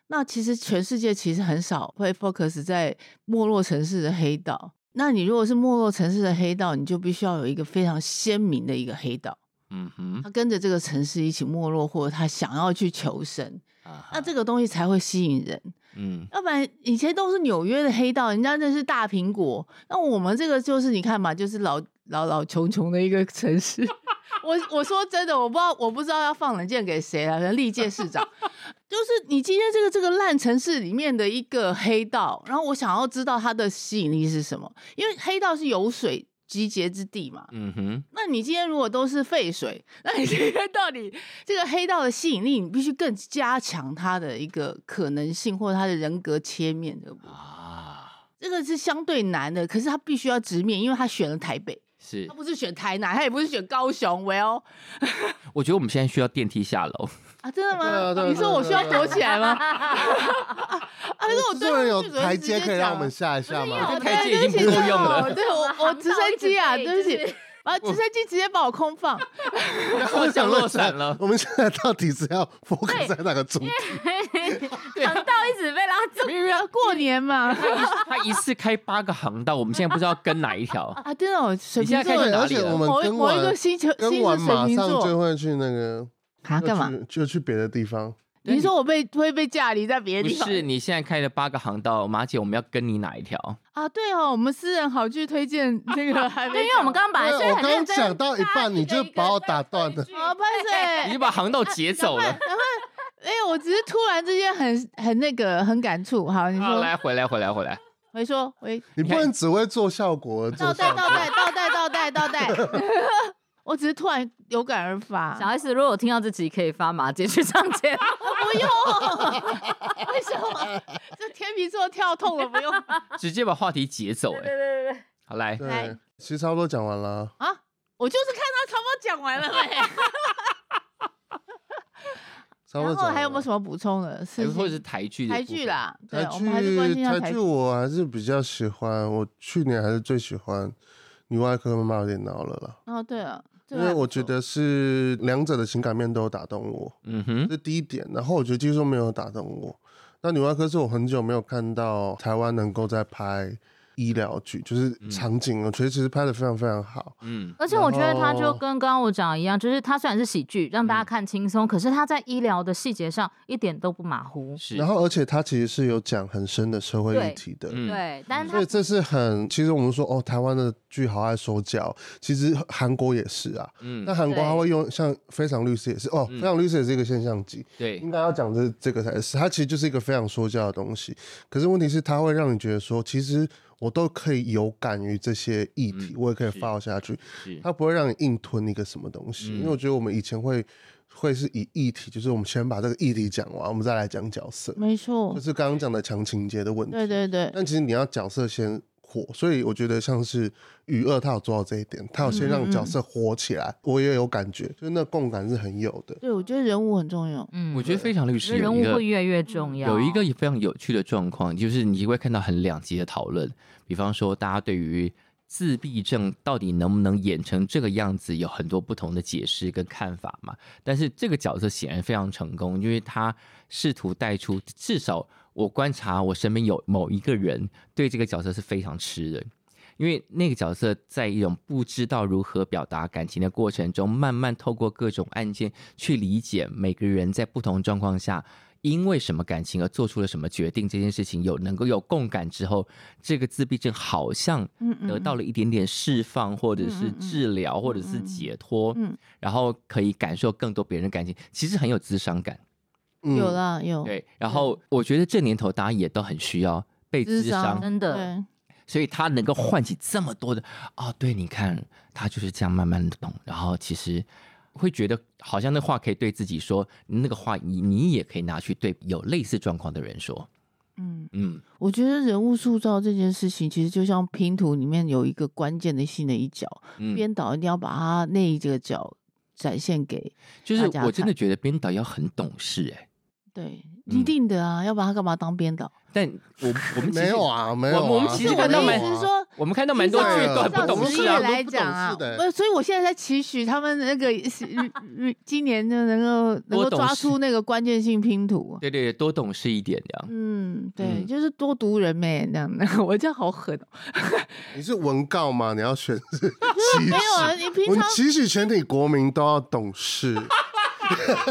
那其实全世界其实很少会 focus 在没落城市的黑道。那你如果是没落城市的黑道，你就必须要有一个非常鲜明的一个黑道，
嗯哼
他跟着这个城市一起没落，或者他想要去求生，
啊哈，
那这个东西才会吸引人。
嗯
要不然以前都是纽约的黑道，人家那是大苹果，那我们这个就是你看嘛，就是老老老穷穷的一个城市。 我我说真的，我不知道我不知道要放冷箭给谁啊了，可能历届市长，就是你今天这个这个烂城市里面的一个黑道，然后我想要知道它的吸引力是什么，因为黑道是有水集结之地嘛，
嗯哼
那你今天如果都是废水，那你今天到底这个黑道的吸引力，你必须更加强他的一个可能性，或者他的人格切面，对不对？
啊
这个是相对难的，可是他必须要直面，因为他选了台北，
是
他，不是选台南，他也不是选高雄，喂哦，
我觉得我们现在需要电梯下楼。
啊，真的
对啊对啊
吗？你说我需要躲 起来吗？ 啊，可是我
制
对
作人有
剧组是
台
直
阶
接
可以
讲
让我们
了
下一下
不是因为
吗。
对
我？
啊
台阶已经不
对不
够
起
用了
我对我我直升机啊，对不 起，啊，直升机直接把我空放。
我想落伞了
我们现在到底是 要 focus
对
在哪个主题？
航道一直被拉走。
没有没有，过年嘛
他一次开八个航道，我们现在不知道跟哪一条。
啊，真的，我水
你
瓶
现在开
座
始
对，
哪
而
里
且
了
我们
某一
跟
某一个
完
星球
跟
星座
完
水
马
瓶
上就
座
会去那个
啊，
就
干嘛？
去就去别的地方。
对
你说我被会被架离在别
不
的地方
是，你现在开了八个航道，马姐，我们要跟你哪一条？
啊？对哦，我们私人好剧推荐 那个还没
对，因为我们
讲
刚刚本来
对
是
我
很
刚
认真
讲到一半你就把我打断了
啊，拍
你
谁？
就把航道截走了。
哎，我只是突然之间很很那个很感触。好，你
好，
说，
来，回来，回来，回来。
回说，回
你不能只会做效果而
倒
做
带
效
倒
果。
带倒带倒带 倒带。我只是突然有感而发
小，S 如果有听到这集，可以发马姐去上节目。
不用，为什么？这天秤座跳痛了，不用
直接把话题截走、哎，
对对，
好来，
对
来，
其实差不多讲完了。
啊！ 我就是看他差不多讲完了哎呗。
差不多
然后还有没有什
么？
么补充的事
还
情？
或者是台剧的
台
部分
剧，啦，对，
台
我们还是关心一
剧
下
台
剧
剧，。我还是比较喜欢。我去年还是最喜欢《女外科妈妈有点闹了》啦，
哦，对了，这
因
个
为
还不
我觉
错
得是两者的情感面都有打动我，
嗯哼，
这第一点。然后我觉得技术没有打动我。那《女外科》是我很久没有看到台湾能够在拍医疗剧，就是场景，我觉得其实拍的非常非常好。
嗯
而且我觉得他
然
就
后
跟刚刚我讲的一样，就是他虽然是喜剧，让大家看轻松，可是他在医疗的细节上一点都不马虎。
是，
然后而且它其实是有讲很深的社会
对
议题的，
嗯
对，但是
所以
他
这是很，其实我们说哦，台湾的剧好爱说教，其实韩国也是啊。那
嗯，
韩国
对
它会用像非常律师也是哦，
嗯
非常律师也是一个现象级，
对
应，该要讲这这个才是。它其实就是一个非常说教的东西，可是问题是它会让你觉得说，其实我都可以有感于这些议题，
嗯
我也可以
是嗯
follow 下去。
是，
它不会让你硬吞一个什么东西，
嗯
因为我觉得我们以前会会是以议题，就是我们先把这个议题讲完，我们再来讲角色，
没错
就，是刚刚讲的强情节的问题。
哦对对对，
但其实你要角色先火，所以我觉得像是《雨二》，他有做到这一点，他有
嗯
先让角色火起来，我也有感觉，就是那共感是很有的。
对，我觉得人物很重要。
嗯
我觉得非常律
我
师
觉得人
有一
物
个
会越来越重要。
有一个也非常有趣的状况，就是你会看到很两极的讨论，比方说大家对于自闭症到底能不能演成这个样子，有很多不同的解释跟看法嘛。但是这个角色显然非常成功，因为他试图带出，至少我观察我身边有某一个人对这个角色是非常吃的。因为那个角色在一种不知道如何表达感情的过程中，慢慢透过各种案件去理解每个人在不同状况下因为什么感情而做出了什么决定，这件事情有能够有共感之后，这个自闭症好像
嗯嗯，
得到了一点点释放，或者是
嗯嗯嗯
治疗，或者是解脱，
嗯，
然后可以感受更多别人的感情，其实很有智商感。
嗯
有，啦有，
对，然后我觉得这年头大家也都很需要被
智
智商
商
真的，
对，
所以他能够唤起这么多的啊、对，你看他就是这样慢慢的懂，然后其实会觉得好像那话可以对自己说，那个话你你也可以拿去对有类似状况的人说，
嗯，
嗯，
我觉得人物塑造这件事情，其实就像拼图里面有一个关键的新的一角，
嗯
编导一定要把它那一个角展现给
就是
大家
我真
看
的觉得编导要很懂事哎、
对，
嗯
一定的啊，要把他干嘛当编导？
但我我们其实
没有，啊，没有啊，
我们其实
是
这
我
看个
的
到
意
蛮
思是说。
我们看到蛮多
对
剧
啊
都很
我
不
们
懂
不
事
职业
啊
懂，
来讲啊
我们不懂事，的欸
呃所以我现在在期许他们那个是今年就能够能够
懂
抓
事
出那个关键性拼 图。啊
对对对，多懂事一点这样。
嗯，对，
嗯
就是多读人呗，那 样的。我这样好狠哦、
你是文告吗？你要选是期
没有啊，
许，
你平
我
常
们期许全体国民都要懂事。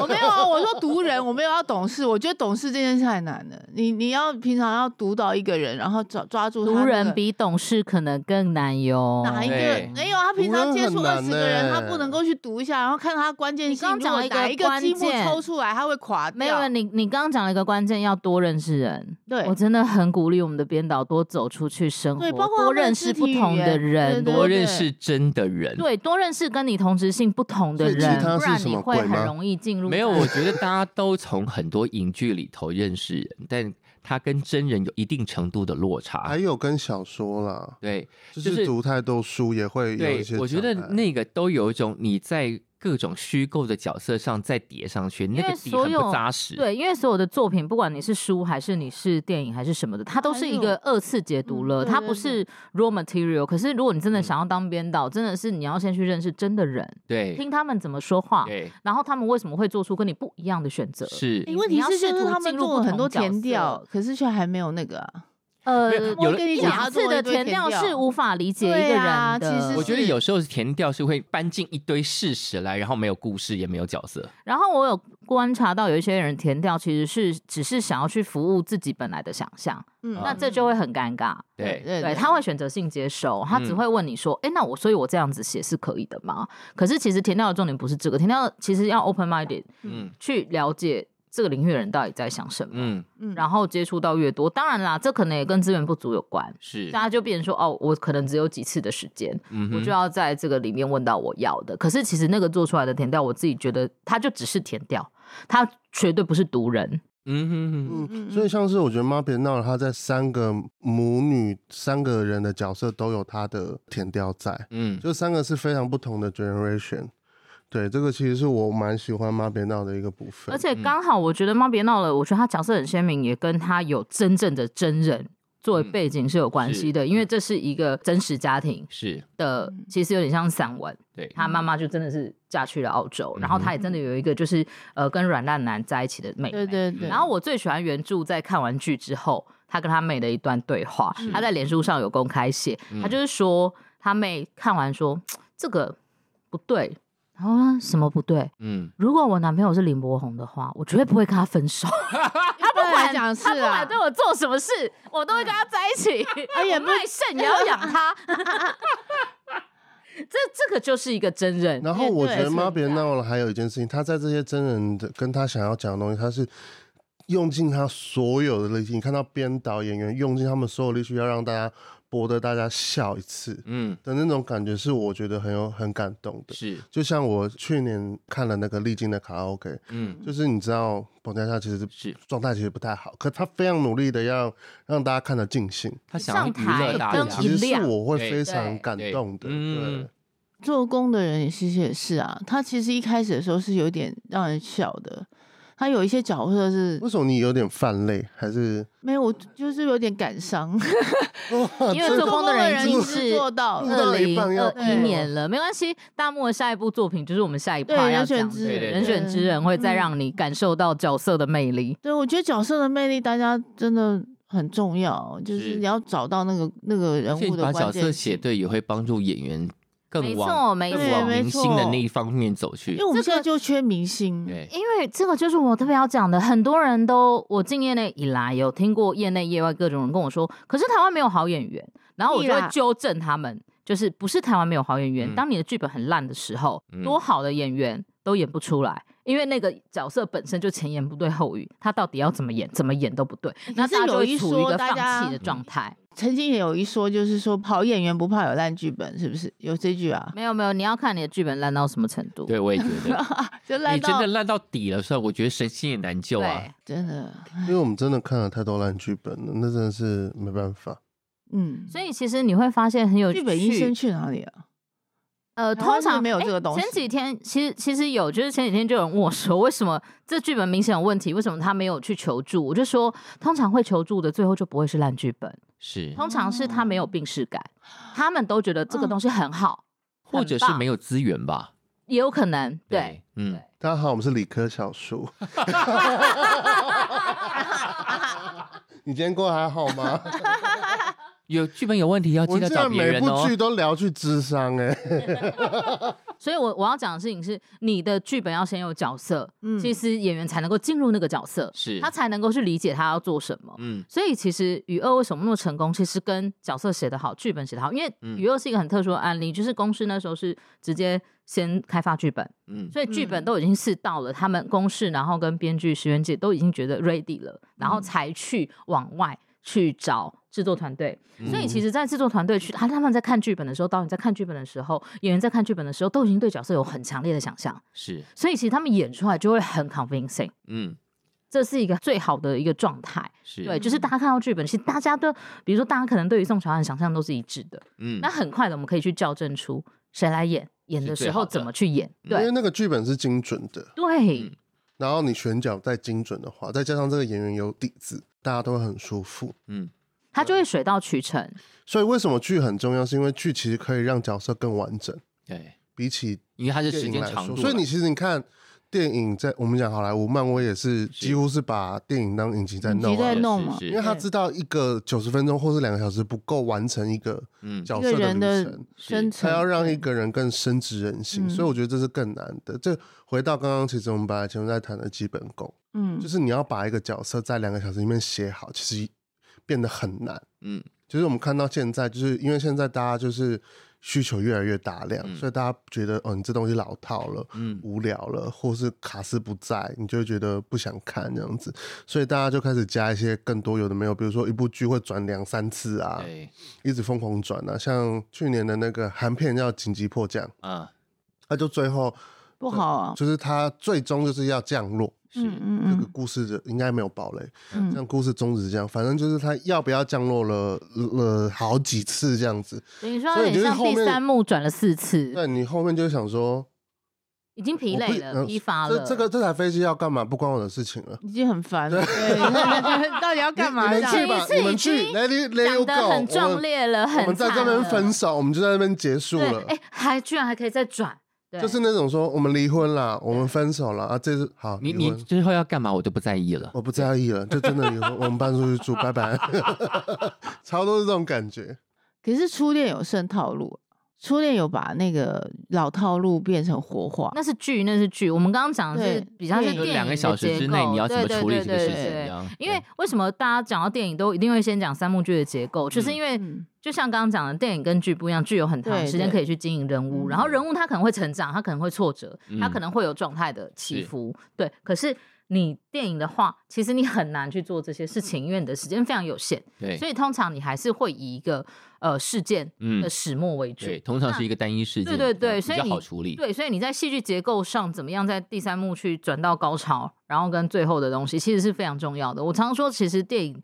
我没有啊，我说读人，我没有要懂事。我觉得懂事这件事太难了。你你要平常要读到一个人，然后抓抓住他、那
读
个
人比懂事可能更难哟。
哪一
对
个没有啊？他平常接触
读人很
二
难
十个人，
呢
他不能够去读一下，然后看他关键性。
你刚讲了一
一
个
哪个
关
积木
键
抽出来，他会垮掉。
没有，你你刚刚讲了一个关键，要多认识人。
对
我真的很鼓励我们的编导多走出去生活，
对包括他
多
们的
认
肢
识不
体语
同的
言
人，
对对
多认识真的人，
对多认识跟你同职性不同的
所以其
人，
他
不
是
然
什
你
么
会
鬼
很
吗
容易进入
没有，
到
我觉得大家都从很多影剧里头认识人，但他跟真人有一定程度的落
还
差。
有跟小说啦，
对
就
就是
是读太多书也会有一
对
些，障碍。嗯
我觉得那个都有一种你在各种虚构的角色上再叠上去，那
因为
个底
所
很
有
不扎实。
对，因为所有的作品，不管你是书还是你是电影还是什么的，它都
还
是一
有
个二次解读
嗯
了，
对
它
对
不
对
是 raw material。可是如果你真的
嗯
想要当编导，真的是你要先去认识真的人，
对
听他们怎么说话，
对，
然后他们为什么会做出跟你不一样的选择。
是
你
问题
要
是
试
就是
图
他们
进入
做
不
了很
同
多
角
填调
色，
可是却还没有那个啊。
呃
没有
我会跟你
一
讲，
两
他
次
做了
的
一堆
填调是无法理解一
对
个
啊
人的。
其实
我觉得
是
有时候填调是会搬进一堆事实来，然后没有故事，也没有角色。
然后我有观察到有一些人填调其实是只是想要去服务自己本来的想象，
嗯，
那这就会很尴尬。
啊对，
对
对，他会选择性接受，他只
嗯
会问你说：“哎、那我所以我这样子写是可以的吗？”可是其实填掉的重点不是这个，填掉的其实要 open minded
嗯
去了解这个领域的人到底在想什么，
嗯，
嗯
然后接触到越多。当然啦，这可能也跟资源不足有关，
是
大，家就变成说：“哦，我可能只有几次的时间，
嗯
我
哼
就要在这个里面问到我要的。”可是其实那个做出来的填掉，我自己觉得它就只是填掉，它绝对不是读人。
嗯哼哼哼，
嗯，所以像是我觉得《妈别闹了》，她在三个母女、三个人的角色都有她的甜调在，
嗯，
就三个是非常不同的 generation。对，这个其实是我蛮喜欢《妈别闹》的一个部分。
而且
嗯
刚好，我觉得《妈别闹了》，我觉得他角色很鲜明，也跟他有真正的真人作为
嗯
背景是有关系的，因为这是一个真实家庭
是
的
嗯，
其实有点像散文。
对，
他妈妈就真的是嫁去了澳洲，然后
嗯哼
他也真的有一个就是呃跟软烂男在一起的妹妹。
对对对，
然后我最喜欢原著，在看完剧之后，他跟他妹的一段对话
是，
他在脸书上有公开写，
嗯
他就是说他妹看完说这个不对，然后说什么不对？
嗯，
如果我男朋友是林柏宏的话，我绝对不会跟他分手。
他不
不管
讲是
他不
啊
管，对我做什么事，我都会跟他在一 起。
哎也
我
不
卖肾也要养他。 这这个就是一个真人，
然后我觉
对
得《
是
妈别闹了》还有一件事情，她在这些真人的跟她想要讲的东西，她是用尽她所有的力气。你看到编导演员用尽他们所有力气，要让大家博得大家笑一次
嗯，
的那种感觉，是我觉得很有很感动的。
是，
就像我去年看了那个丽晶的卡拉 OK，
嗯，
就是你知道彭佳佳其实
是
状态其实不太好，可她非常努力的要让大家看得尽兴，
他想要
上
娱乐
台
大
跟
家
其，实
一
是
亮
我会
对
非常
对
感
对
动的。
嗯
对，
做工的人也其实也是啊，他其实一开始的时候是有点让人笑的，他有一些角色是
为什么你有点泛泪？还是
没有，我就是有点感伤，
因为做工的人
做工的人
已经
一
是
直做到
了做
二
到一
零
半要
二一年了，没关系。大漠的下一部作品就是我们下一趴
对人
要
嗯选
讲的
之
对对
人选之人，会再让你感受到角色的魅力。
对，我觉得角色的魅力大家真的很重要，就是
是
你要找到那个那个人
而且
物
你
的
把角
关
色
键
写
性。
对，也会帮助演员更
没
往
错，没
更
对
往
没
明星的
错
那一方面走去
因为。我们
这
现
个
在就缺明星，
对，
因为这个就是我特别要讲的，很多人都我进业内以来有听过业内业外各种人跟我说，可是台湾没有好演员，然后我
屁
就会
啦
纠正他们，就是不是台湾没有好演员，
嗯
当你的剧本很烂的时候，
嗯
多好的演员都演不出来，因为那个角色本身就前言不对后语，他到底要怎么演，怎么演都不对，那
是
大家就
有
会
一
处于一
说
个
大
放
家
弃的
嗯
状态。
曾经也有一说，就是说好演员不怕有烂剧本，是不是有这句 啊？
没有没有，你要看你的剧本烂到什么程度。
对我也觉得，
就烂
你哎真
到
的烂到底了，算我觉得神仙也难救啊。
对
真的，
因为我们真的看了太多烂剧本了，那真的是没办法。
嗯，
所以其实你会发现很有
剧本
趣
医生去哪里啊了？
呃，
台
通
湾是
常
没有
诶
这个东
前
西
几天其实其实有，就是前几天就有人问我说，为什么这剧本明显有问题？为什么他没有去求助？我就说，通常会求助的最后就不会是烂剧本，
是，
通常是他没
哦
有病视感，他们都觉得这个
嗯
东西很好，
或
很
者是
棒
没有资源吧？
也有可能对。，
嗯，
大家好，我们是理科小叔。 你今天过得还好吗？
有剧本有问题要
我
记
们
得
竟
找
然
别
每
人
部
哦
剧。都聊去智商哎、
所以我我要讲的事情是，你的剧本要先有角色，
嗯
其实演员才能够进入那个角色，
是
他才能够去理解他要做什么。
嗯，
所以其实《雨二》为什么那么成功，其实跟角色写得好、剧本写得好，因为《
嗯
雨二》是一个很特殊的案例，就是公司那时候是直接先开发剧本，
嗯，
所以剧本
嗯
都已经是到了他们公式，然后跟编剧、石原姐都已经觉得 ready 了，然后才去往外去找制作团队。所以其实，在制作团队去，啊他他们在看剧本的时候，导演在看剧本的时候，演员在看剧本的时候，都已经对角色有很强烈的想象，
是，
所以其实他们演出来就会很 convincing，
嗯，
这是一个最好的一个状态。
是，
对，就是大家看到剧本，其实大家都，比如说大家可能对于宋乔安的想象都是一致的，
嗯
那，很快的我们可以去校正出谁来演，演
是
的
最
时
好
候
的
怎么去演，
因为
对
那个剧本是精准的，
对
嗯，
然后你选角再精准的话，再加上这个演员有底子，大家都会很舒服。
嗯，
他就会水到渠成，
所以为什么剧很重要？是因为剧其实可以让角色更完整，
对，
比起
因为它是
电
时
影
间
来
长
说。
度嘛，
所以你其实你看电影在，我们讲好莱坞、漫威也是几乎是把电影当影集在
影集
弄、啊
在，弄嘛
是
因为
是
他知道一个九十分钟或是两个小时不够完成一个
嗯，
角
一
色
个人
旅
的
程，
生
他
存，
要让一个人更深植人心，
嗯
所以我觉得这是更难的。这回到刚刚，其实我们本来前面在谈的基本功，
嗯
就，是你要把一个角色在两个小时里面写好，其实变得很难。
嗯，
就是我们看到现在，就是因为现在大家就是需求越来越大量，
嗯
所以大家觉得哦，你这东西老套了。
嗯，
无聊了，或是卡斯不在，你就会觉得不想看这样子，所以大家就开始加一些更多有的没有，比如说一部剧会转两三次啊，
对，
一直疯狂转啊，像去年的那个韩片叫《紧急迫降》，
啊，
他就最后
不好啊，
就是他最终就是要降落，
嗯
是，
嗯
这个
嗯
故事的应该没有暴雷，
嗯
像故事终止这样，反正就是他要不要降落了了好几次这样子，
等于说
所
有
以就
点
是
像
后
第
面
三幕转了四次，
但你后面就想说，
已经疲
我不
累
嗯
了，
呃
疲乏
这
了，
这个这台飞机要干嘛？不关我的事情了。
已经很烦了，对， 到底要干嘛
你们
这
去
样？
吧，
这一次
你们去
已经
，Let it let
讲
you
的
go，
很壮烈了，
我们
很
我们在这
惨
边
了
分手，我们就在那边结束
对
了，。
哎，还居然还可以再转，对
就是那种说我们离婚啦，我们分手了啊，这是好
你
离婚
你之后要干嘛我都不在意了，
我不在意了，就真的离婚，我们搬出去住，拜拜。 差不多是这种感觉。
可是初恋有剩套路，初恋有把那个老套路变成活化，
那是剧，那是剧。我们刚刚讲的是
对
比较是
电
电
就
影
两个
影的
小时
结
之内你
构
要怎么
对
处
对
理这个
对
事情，
对对
这样，
因为
对
为什么大家讲到电影都一定会先讲三幕剧的结构，就是
嗯
因为
嗯
就像刚刚讲的，电影跟剧不一样，剧有很长
对
的时间
对
可以去经营人物，
嗯
然后人物他可能会成长，他可能会挫折，他
嗯
可能会有状态的起
是
伏，对。可是你电影的话，其实你很难去做这些事情，因为你的时间非常有限，
对，
所以通常你还是会以一个呃事件
嗯
的，始末为主。
对，通常是一个单一事件，
对对对
嗯比
所以
较
你
好处理。
对，所以你在戏剧结构上怎么样在第三幕去转到高潮，然后跟最后的东西，其实是非常重要的。我常说，其实电影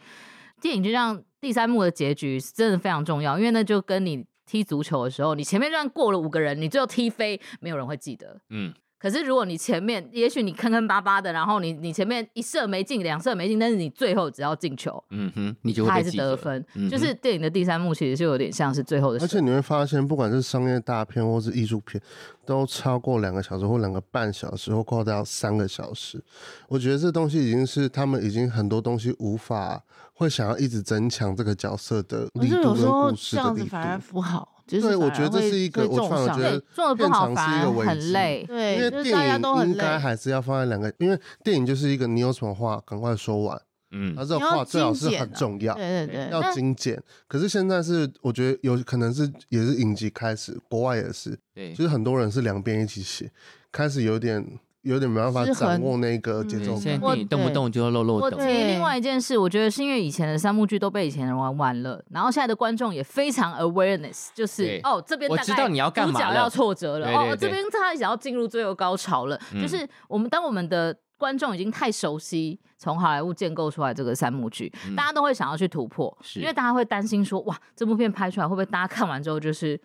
电影就像第三幕的结局是真的非常重要，因为那就跟你踢足球的时候，你前面就算过了五个人，你最后踢飞，没有人会记得。
嗯，
可是如果你前面，也许你坑坑巴巴的，然后你你前面一射没进，两射没进，但是你最后只要进球，
嗯哼，你就
他
会
还
被
是
记
得
得
分。
嗯
就
哼
是电影的第三幕其实就有点像是最后的射，
而且你会发现，不管是商业大片或是艺术片，都超过两个小时或两个半小时，或扩到三个小时。我觉得这东西已经是他们已经很多东西无法会想要一直增强这个角色的
我
力
就
度
有
跟
时候
故事
这
的
样
力
子
度。
反而不好，就是
对我
反而
觉得这
会
是一个
会
我
重
反而
伤
觉得
对做的不好
变成是
反
一个
而
危
很
机
累。
因为
对，就是大家
电
都
影
很
应该
累。
还是要放在两个，因为电影就是一个你有什么话赶快说完，啊
嗯
而这个
你要
话最好是
精简
很
啊
重要。
对对对，
要
但
精简，可是现在是我觉得有可能是也是影集开始，国外也是，
对，
就是很多人是两边一起写，开始有点有点没办法
失衡
掌握那个节
对
奏
现在
感。
我
电影动不
对
动就要漏漏
我
等
提，另
对
外一件事，我觉得是因为以前的三幕剧都被以前人玩完了，然后现在的观众也非常 awareness，就是
对
哦这边
我
大
知
概
道你要干
主
嘛
角
了
要挫折了，
对对
哦这
对
边他想要进入最后高潮了，
嗯
就是我们当我们的。观众已经太熟悉从好莱坞建构出来这个三幕剧，
嗯
大家都会想要去突破，
是
因为大家会担心说，哇，这部片拍出来会不会大家看完之后就是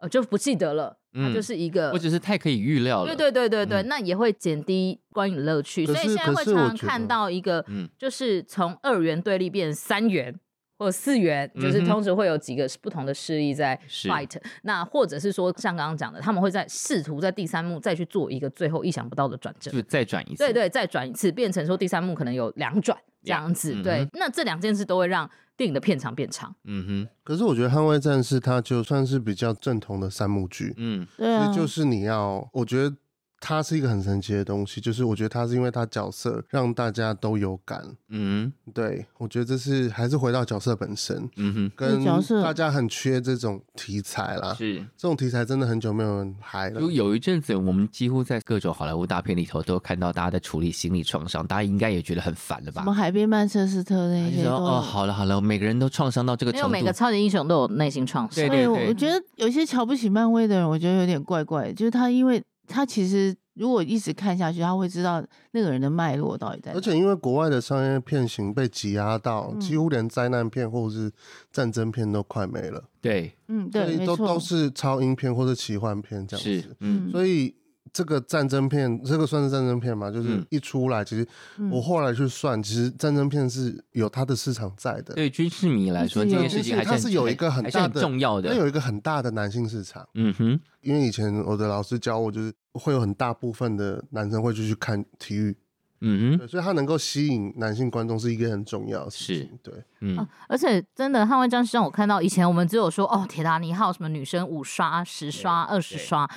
呃就不记得了，它
嗯
就是一个
或者是太可以预料了。
对对对对对，
嗯
那也会减低观影乐趣，
可
所以
是
现在
可
会
是
常
我
常
觉得
看到一个
嗯，
就是从二元对立变三元。或四元，就是
嗯哼
同时会有几个不同的势力在
是
fight，那或者是说像刚刚讲的，他们会在试图在第三幕再去做一个最后意想不到的转折，
就再转一次。
对对，再转一次，变成说第三幕可能有两转这样子，
嗯
对
哼，
那这两件事都会让电影的片长变长，
嗯哼，
可是我觉得《捍卫战士》它就算是比较正统的三幕剧，
嗯
对
其
啊，
实就是你要，我觉得它是一个很神奇的东西，就是我觉得它是因为它角色让大家都有感。
嗯
对，我觉得这是还是回到角色本身，
嗯哼，
跟
角色
大家很缺这种题材啦。
是。
这种题材真的很久没有人拍了
就。有一阵子，我们几乎在各种好莱坞大片里头都看到大家在处理心理创伤，大家应该也觉得很烦了吧
什么？哎海边曼彻斯特那
他
一
就
些
说
都
哦，
有
好了好了，每个人都创伤到这个
因为
程
每
度
个，超级英雄都有内心创伤
对，
对，我觉得有些瞧不起漫威的人，我觉得有点怪怪的。就是他，因为他其实如果一直看下去，他会知道那个人的脉络到底在哪。
而且因为国外的商业片型被挤压到，
嗯
几乎连灾难片或者是战争片都快没了，
对，
嗯，对
所，以
没
都
错，
都是超英片或者奇幻片这样
是
子。，
嗯
嗯
所以这个战争片，这个算是战争片嘛？就是
嗯
一出来，其实
嗯
我后来去算，其实战争片是有它的市场在的，
对军事迷来说，
是
这
有
件事情还是
它是
很
有一个很
还是
大
很
的
重要
它
的。
有一个很大的男性市场。
嗯哼，
因为以前我的老师教我，就是会有很大部分的男生会去去看体育，
嗯哼，
对，所以它能够吸引男性观众是一个很重要的事情。对，
嗯，
而且真的，《捍卫战士》让我看到以前我们只有说哦，铁达尼号什么女生五刷、十刷、
对
二十刷，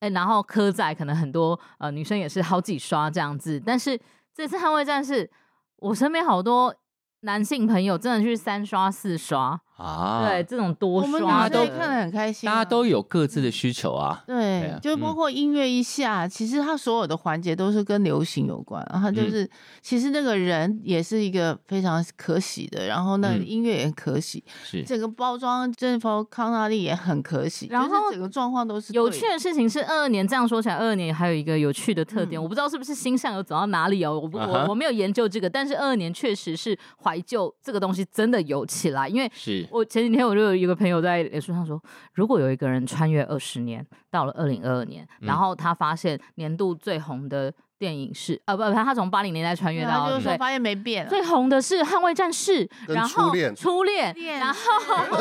哎，然后科仔可能很多呃女生也是好几刷这样子。但是这次《捍卫战士》，我身边好多男性朋友真的去三刷、四刷，
啊，
对，这种多
我们女
刷
生
的
也看得很开心
大
啊、
家都有各自的需求啊。对
对
啊，
就是包括音乐一下，其实它所有的环节都是跟流行有关，然后就是、其实那个人也是一个非常可喜的，然后那个
嗯
音乐也很可喜，
是，
整个包装珍妮佛康纳利也很可喜，
然
就是
后
整个状况都是
有
对
趣的事情是，二二年这样说起来，二二年还有一个有趣的特点，
嗯
我不知道是不是星象有走到哪里哦，我不
啊哈
我我没有研究这个，但是二二年确实是怀旧这个东西真的有起来，因为
是，
我前几天我就有一个朋友在脸书上说，如果有一个人穿越二十年，到了二零二二年，
嗯
然后他发现年度最红的电影是呃不，不他从八零年代穿
对
越
啊
到
就是说
对。
发现没变了，
最红的是《捍卫战士》，
跟
然后
初恋
初恋，
恋
然后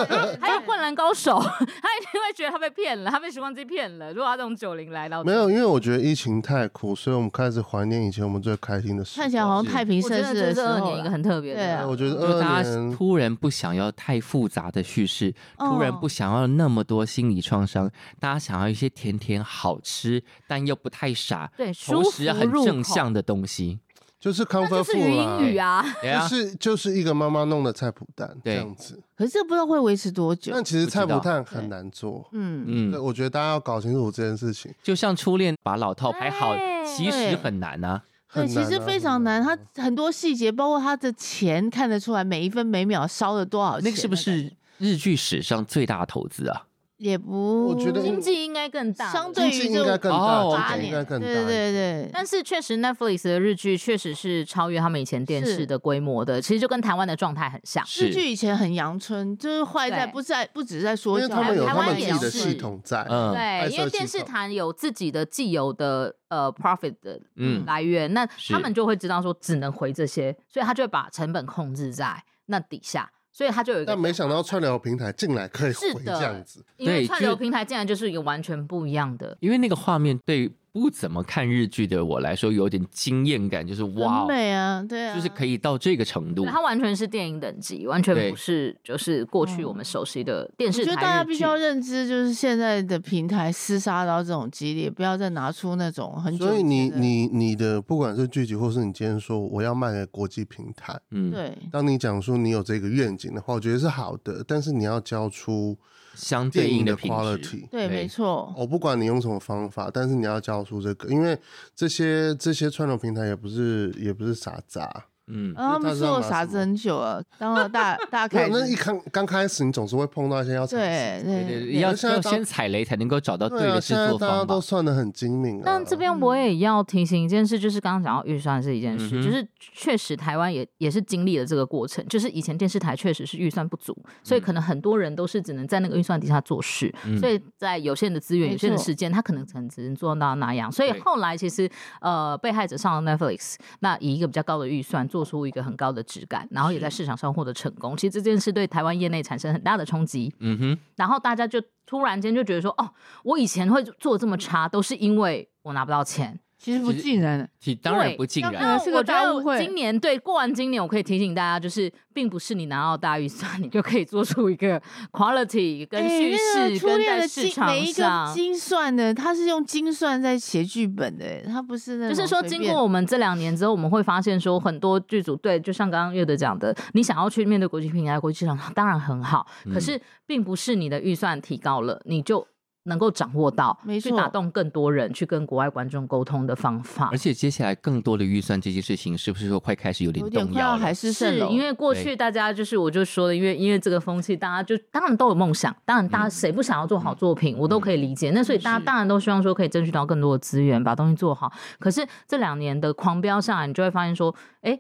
对
还有《灌篮高手》， 他一定会觉得他被骗了，他被时光机骗了。如果他这种九零来到，
没有，因为我觉得疫情太苦，所以我们开始怀念以前我们最开心的时
看起来好
光
像太平
我
盛
真的
世
觉得
的时
这二
候
年一个
了，
很特别的，
对啊
我觉得
就
二
大家
年，
突然不想要太复杂的叙事，突然
哦
不想要那么多心理创伤，大家想要一些甜甜好吃但又不太傻，
对，舒
同
服
时很
入
正
口
向的东西。
就是康
就
夫妇
是语
啦
音语啊，
对
就
啊，
是就是一个妈妈弄的菜脯蛋这
对
样子。
可是这不知道会维持多久
但。其
不
实
知
菜
道
脯蛋很难做，
嗯，
对，
嗯，
我觉得大家要搞清楚这件事情
就像初恋把老套排好，
哎
其实很难啊。
很
对，
难啊、
其实非常难，啊它很多细节，包括它的钱看得出来，每一分每秒烧了多少钱。
那个是不是日剧史上最大的投资啊？
也不？
我觉得
经济应该更大。
相对
经
于
济
这
应该更大，
哦
经济应该更大一
对
点。
对对，
但是确实，Netflix 的日剧确实是超越他们以前电视
是
的规模的，其实就跟台湾的状态很像。
是
日剧以前很阳春，就是坏在
对
不在不只是在
因
说
为
教，
他们有
台
他
湾
们自
也
己的
是
系统在，
嗯，
对，因
爱色
为电
系
视
统
台有自己的既有的呃 profit 的
嗯
来源，那
是
他们就会知道说只能回这些，所以他就会把成本控制在那底下，所以他就有一个。
但没想到串流平台进来可以
是
回
的
这样子，
因为
对
串
就
流平台竟然就是一个完全不一样的，
因为那个画面对不怎么看日剧的我来说有点惊艳感，就是哇哦
很，美啊，对啊，
就是可以到这个程度
对。它完全是电影等级，完全
对
不是就是过去
嗯
我们熟悉的电
我
视台
觉
日
得
剧。
大家必须要认知，就是现在的平台厮杀到这种激烈，不要再拿出那种很久
所以你
前的
你你的不管是剧集，或是你今天说我要卖给国际平台，
嗯，
对
当你讲说你有这个愿景的话，我觉得是好的，但是你要交出
相对
电
应
影的
品质，
quality。
对，没错，
我不管你用什么方法，但是你要交出这个，因为这些这些串流平台也不是也不是傻渣。
嗯，
然后他啊们做傻子很久了，当 了大大
没
开
有，那一
始，
刚刚开始，你总是会碰到一些要尝试
对
对
对
对
对
对，要
现在
要
大
先踩雷才能够找到对
对啊，
的制
现在
作
大家
方
都
吧。
算的很精明啊。
但这边我也要提醒一件事，就是刚刚讲到预算是一件事，
嗯嗯哼
就是确实台湾也也是经历了这个过程，就是以前电视台确实是预算不足，所以可能很多人都是只能在那个预算底下做事，
嗯
所以在有限的资源、
没
有限的
错
时间，他可能可能只能做到那样。所以
对
后来其实呃，被害者上了 Netflix，那以一个比较高的预算做出一个很高的质感，然后也在市场上获得成功。其实这件事对台湾业内产生很大的冲击。
嗯哼，
然后大家就突然间就觉得说，哦，我以前会做这么差，都是因为我拿不到钱。
其实不尽然，
其当然
对
不尽
刚
然
刚，
那
啊是个
我觉
大
得
误
我
会
今年对过完今年，我可以提醒大家，就是并不是你拿到大预算，你就可以做出一个 quality 跟
哎
叙
那
事
个初
跟
恋
在
的
市
精每
场
一个
上。
精算的，他是用精算在写剧本的，他不是那
就
种
是说，
随
经
便
过我们这两年之后，我们会发现说，很多剧组对，就像刚刚月德讲的，你想要去面对国际平台、国际市场，当然很好，可
嗯
是并不是你的预算提高了，你就能够掌握到，
没
去
错
打动更多人，去跟国外观众沟通的方法
而。且接下来更多的预算这件事情，是不是说快开始有点
有点
动
快
摇
要
了
海？市蜃楼，
因为过
对
去大家就是我就说的，因为因为这个风气，大家就当然都有梦想，当然大家谁不想要做好作品，我都可以理解。那所以大家
是
当然都希望说可以争取到更多的资源，把东西做好。可是这两年的狂飙下来，你就会发现说，哎。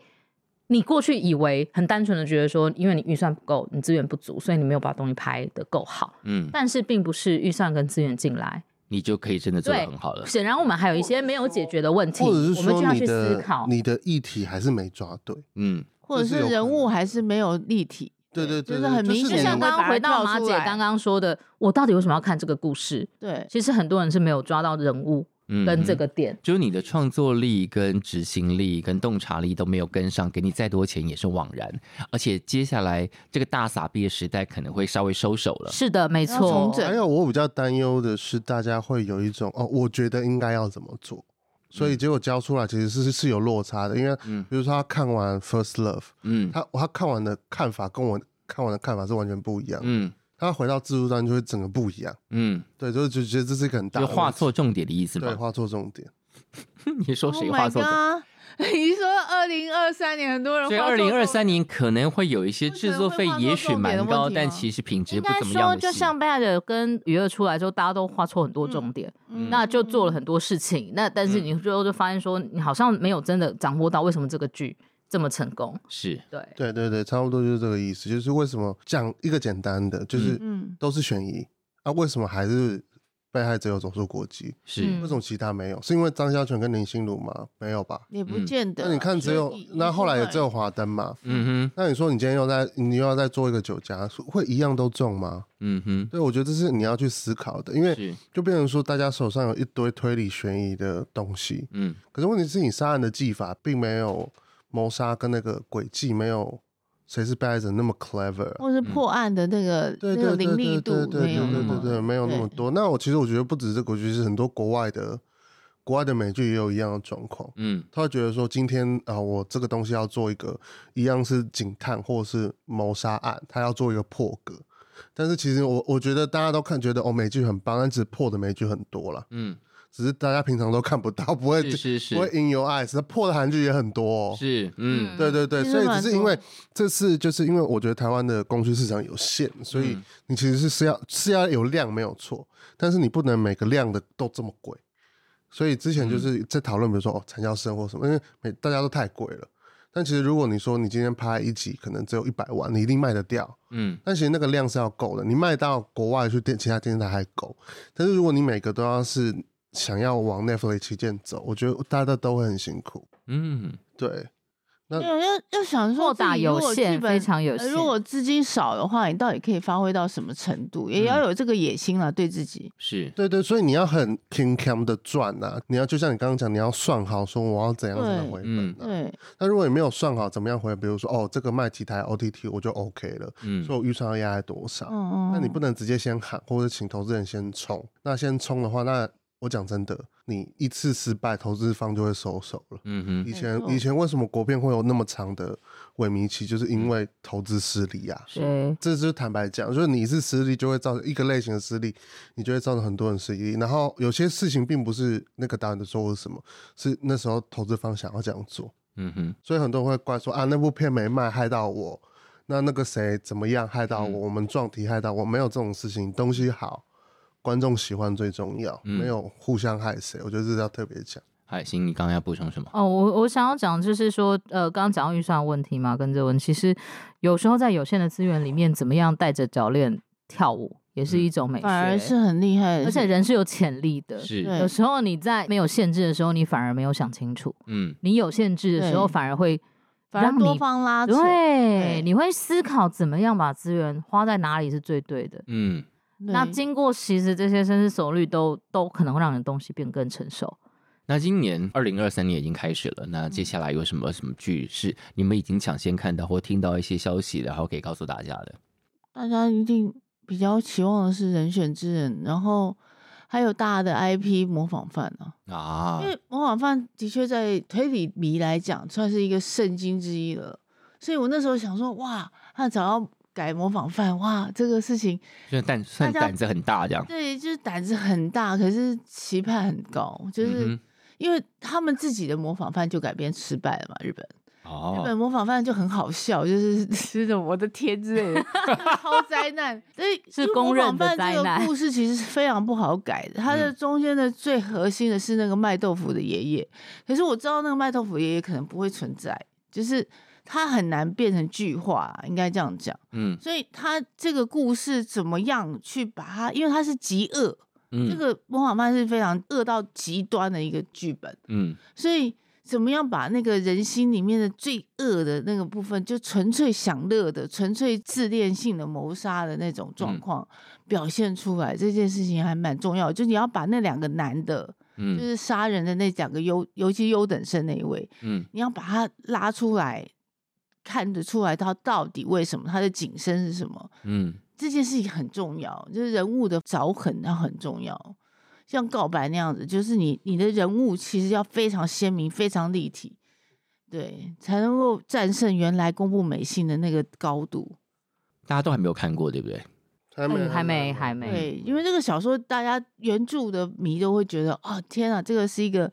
你过去以为很单纯的觉得说，因为你预算不够，你资源不足，所以你没有把东西拍得够好。
嗯，
但是并不是预算跟资源进来，
你就可以真的做得很好了。
显然我们还有一些没有解决的问题，
或者是
我们就要
说
去
你
思
的
考。
你的议题还是没抓对，
嗯，
或者
这是
是
有可
人物
能
还是没有立体，
对对
就
对，
是很明
就
显
像
你
刚
会把
刚
它
回到
跳
马
出
姐
来
刚刚说的，我到底为什么要看这个故事？
对，
其实很多人是没有抓到人物
嗯
跟这
嗯
个点。
就是你的创作力、跟执行力、跟洞察力都没有跟上，给你再多钱也是枉然。而且接下来这个大撒币的时代可能会稍微收手了。
是的，没
要重
错。
整
还有哦哎我比较担忧的是，大家会有一种哦，我觉得应该要怎么做，所以结果教出来其实是是有落差的，因为
嗯
比如说他看完《First Love》，
嗯
他他看完的看法跟我看完的看法是完全不一样，
嗯
他回到自助站就会整个不一样，
嗯，
对，就就觉得这是一个很大
就
的
画错
问题
重点的意思
对，
吗？
画错重点，
你说
Oh
谁
my
画错重点？
god！你 说二零二三年很多人
所以
画
二
错
零二三
重
年可能会有一些
为什么
制作
会
费
画，
也
错
许
重点
蛮
的问
高，
题
但
吗
其实品质
应
不
该
怎么
说，
样
就
的戏。
像贝尔的跟娱乐出来之后，大家都画错很多重点，
嗯
那就做了很多事情。那但是你最后就发现说，你好像没有真的掌握到为什么这个剧这么成功。
是
对，
对对对，差不多就是这个意思，就是为什么讲一个简单的，就是
嗯，
都是悬疑，啊，为什么还是被害者有走出国籍？
是，
嗯
为什么其他没有？是因为张孝全跟林心如吗？没有吧？
也不
嗯
见得啊。
那你看，只有
就一
那后来也只，有
一部分
华灯嘛。
嗯哼，
那你说你今天又在你又要再做一个酒家，会一样都中吗？
嗯哼，
对，我觉得这是你要去思考的，因为
是，
就变成说大家手上有一堆推理悬疑的东西，
嗯
可是问题是你杀人的技法并没有谋杀跟那个轨迹没有谁是被害者那么 clever，啊、
或是破案的那个
对
那
对
个
对对
灵
对
力度
对对
没有
对
那
对
么
对，没有那么
对
多。那我其实我觉得不只是国剧，是很多国外的国外的美剧也有一样的状况，
嗯
他会觉得说今天啊，我这个东西要做一个一样是警探或者是谋杀案，他要做一个破格。但是其实我我觉得大家都看觉得哦美剧很棒，但只破的美剧很多啦，
嗯，
只是大家平常都看不到，不会
是是
不会
是
in your eyes。那破的韩剧也很多、哦，
是，嗯
嗯
对对对，
其实
所以
蛮
只是
多
因为这次就是因为我觉得台湾的供需市场有限，所以
嗯
你其实是是要是要有量没有错，但是你不能每个量的都这么贵。所以之前
嗯
就是在讨论，比如说哦，产销生或什么，因为每大家都太贵了。但其实如果你说你今天拍一集可能只有一百万，你一定卖得掉。
嗯
但其实那个量是要够的，你卖到国外去电其他电视台还够。但是如果你每个都要是想要往 Netflix 旗舰走，我觉得大家都会很辛苦。
嗯
对，那
因为要要想说
莫
自
呃大
己
有
如果
限
剧本
非常有
呃
限
如果资金少的话，你到底可以发挥到什么程度，也
嗯
要有这个野心了，对自己。
是，
对对，所以你要很 king cam 的赚呐、啊你要就像你刚刚讲，你要算好说我要怎样才能回
嗯
本、啊。
对，
那如果你没有算好怎么样回，比如说哦，这个卖几台 OTT 我就 OK 了，
嗯
所以我预算要压在多少？
嗯嗯。
那你
嗯
不能直接先喊，或者请投资人先冲。那先冲的话，那我讲真的，你一次失败，投资方就会收手了。
嗯哼
以
没
前
错
以前为什么国片会有那么长的萎靡期，就是因为投资失利啊。
对，
这就是坦白讲，就是你一次失利就会造成一个类型的失利，你就会造成很多人失利。然后有些事情并不是那个导演的错误是什么，是那时候投资方想要这样做，
嗯哼
所以很多人会怪说啊那部片没卖害到我，那那个谁怎么样害到我，
嗯
我们撞题害到我，没有这种事情，东西好，观众喜欢最重要，
嗯
没有互相害谁，我觉得这是要特别讲。
海星，你刚刚要补充什么？
哦，我我想要讲就是说，呃，刚刚讲到预算问题嘛，跟这文，其实有时候在有限的资源里面，怎么样带着脚链跳舞，也是一种美学，
反而是很厉害的，
而且人是有潜力的。
是，
对
有时候你在没有限制的时候，你反而没有想清楚；
嗯
你有限制的时候，
对
反而会
反正
让
多
你
方拉扯，
对，
对
你会思考怎么样把资源花在哪里是最对的。
嗯
那
对
经过其实这些深思熟虑都，都可能会让你的东西变更成熟。
那今年二零二三年已经开始了，那接下来有什么什么剧是你们已经抢先看到或听到一些消息，然后可以告诉大家的？
大家一定比较期望的是人选之人，然后还有大家的 IP 模仿犯啊，
啊
因，为模仿犯的确在推理迷来讲算是一个圣经之一了，所以我那时候想说，哇，他找到改模仿犯，哇，这个事情
就是胆算
大家
胆子很大这样，
对，就是胆子很大，可是期盼很高，就是。
嗯
因为他们自己的模仿犯就改编失败了嘛，日本。
哼
日
哦，
本模仿犯就很好笑，就是 吃着我的天之类的， 超灾难。所以
是
因为
公
模
认
仿
的
犯
灾
这
难
个故事其实是非常不好改的，它的
嗯
中间的最核心的是那个卖豆腐的爷爷。可是我知道那个卖豆腐爷爷可能不会存在，就是他很难变成句话，应该这样讲。
嗯
所以他这个故事怎么样去把它，因为他是极恶，这
嗯
个模仿犯是非常恶到极端的一个剧本。
嗯
所以怎么样把那个人心里面的最恶的那个部分，就纯粹享乐的、纯粹自恋性的谋杀的那种状
嗯
况、表现出来，这件事情还蛮重要的。就你要把那两个男的，就
嗯
是杀人的那两个优，尤其优等生那一位，
嗯
你要把他拉出来，看得出来他到底为什么，他的景深是什么。
嗯
这件事情很重要，就是人物的凿痕它很重要。像告白那样子，就是你你的人物其实要非常鲜明、非常立体，对，才能够战胜原来公布美信的那个高度。
大家都还没有看过，对不对？
还
嗯还没还没
对，因为这个小说大家原著的迷都会觉得，哦，天啊，这个是一个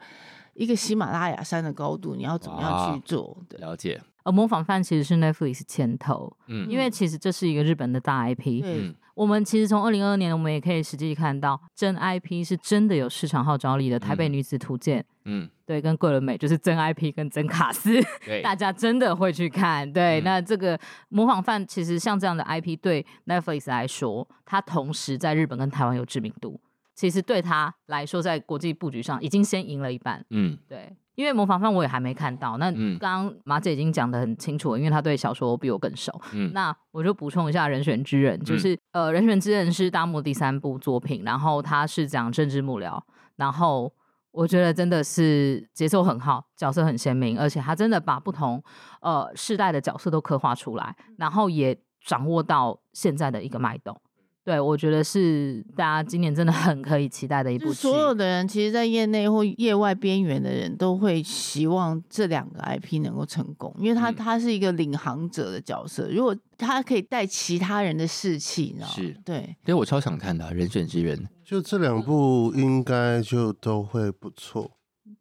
一个喜马拉雅山的高度，你要怎么样
哇
去做？对，
了解，
而模仿犯其实是 Netflix 牵头，
嗯
因为其实这是一个日本的大 IP。
对
嗯
我们其实从二零二二年，我们也可以实际看到真 IP 是真的有市场号召力的，《台北
嗯
女子图鉴》
嗯，
对，跟桂纶镁就是真 IP 跟真卡斯，
对，
大家真的会去看。对，
嗯
那这个模仿犯其实像这样的 IP 对 Netflix 来说，它同时在日本跟台湾有知名度，其实对它来说，在国际布局上已经先赢了一半。
嗯
对，因为模仿犯我也还没看到。那
嗯
刚刚马姐已经讲的很清楚了，因为她对小说比我更熟。
嗯
那我就补充一下《人选之人》，就是、呃，《人选之人》是大木第三部作品，然后他是讲政治幕僚，然后我觉得真的是节奏很好，角色很鲜明，而且他真的把不同呃世代的角色都刻画出来，然后也掌握到现在的一个脉动。对我觉得是大家今年真的很可以期待的一
就
部
是
剧。
所有的人，其实，在业内或业外边缘的人都会希望这两个 IP 能够成功，因为他、
嗯
他是一个领航者的角色，如果他可以带其他人的士气，你知道吗？
是
对，
对我超想看的啊、人选之人》，
就这两部应该就都会不错。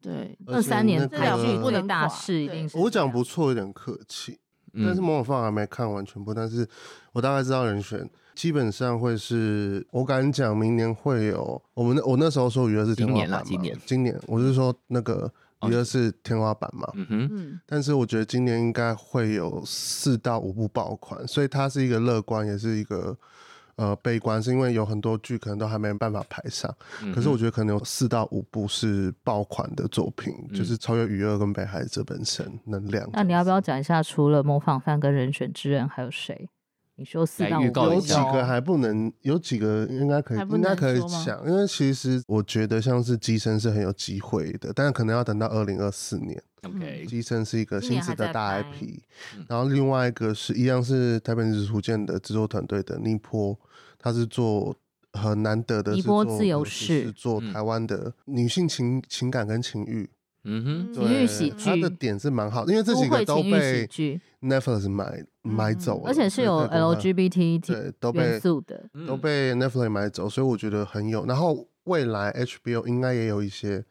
对，
二三
而
年
且
这
台
两
剧
部
那
不
个
最
能
大
垮
事一
对
定是
我
这
讲
样
不错，有点客气，
嗯
但是《模仿犯》还没看完全部，但是我大概知道人选。基本上会是，我敢讲，明年会有我们那我那时候说娱乐是天花板嘛，
今年啦
今年我是说那个
哦
娱乐是天花板嘛，
嗯哼，
嗯，
但是我觉得今年应该会有四到五部爆款，所以它是一个乐观，也是一个呃悲观，是因为有很多剧可能都还没办法排上。
嗯
可是
哼
我觉得可能有四到五部是爆款的作品，
嗯
就是超越《娱乐》跟《北海》这本身能量。
那你要不要讲一下，除了模仿犯跟人选之人，还有谁？你说四
来
到
预
五
告一
个
有
哦
几个还不能，有几个应该可以
还，不
应
能
该可以
说吗
讲，因为其实我觉得像是机身是很有机会的，但可能要等到二零二四年。
OK，
机身是一个
今
新
年
式
还
的
在
大
拍
IP，
嗯
然后另外一个是一样是台北日图鉴的制作团队的宁波，他是做很难得的
宁
是
波
做呃
自由
是
市
做
嗯
台湾的女性情情感跟情欲，
嗯哼，
情欲
对
喜
呃
他的
剧
点是蛮好的，因为这
都
几个
会
都
情欲喜
被
剧，嗯
Netflix 买买走了，
而且是
所以
有
在国外
LGBT
对都
元
被
素的。
嗯
嗯
都被 Netflix 买走，所以我觉得很有。然后未来 HBO 应该也有一些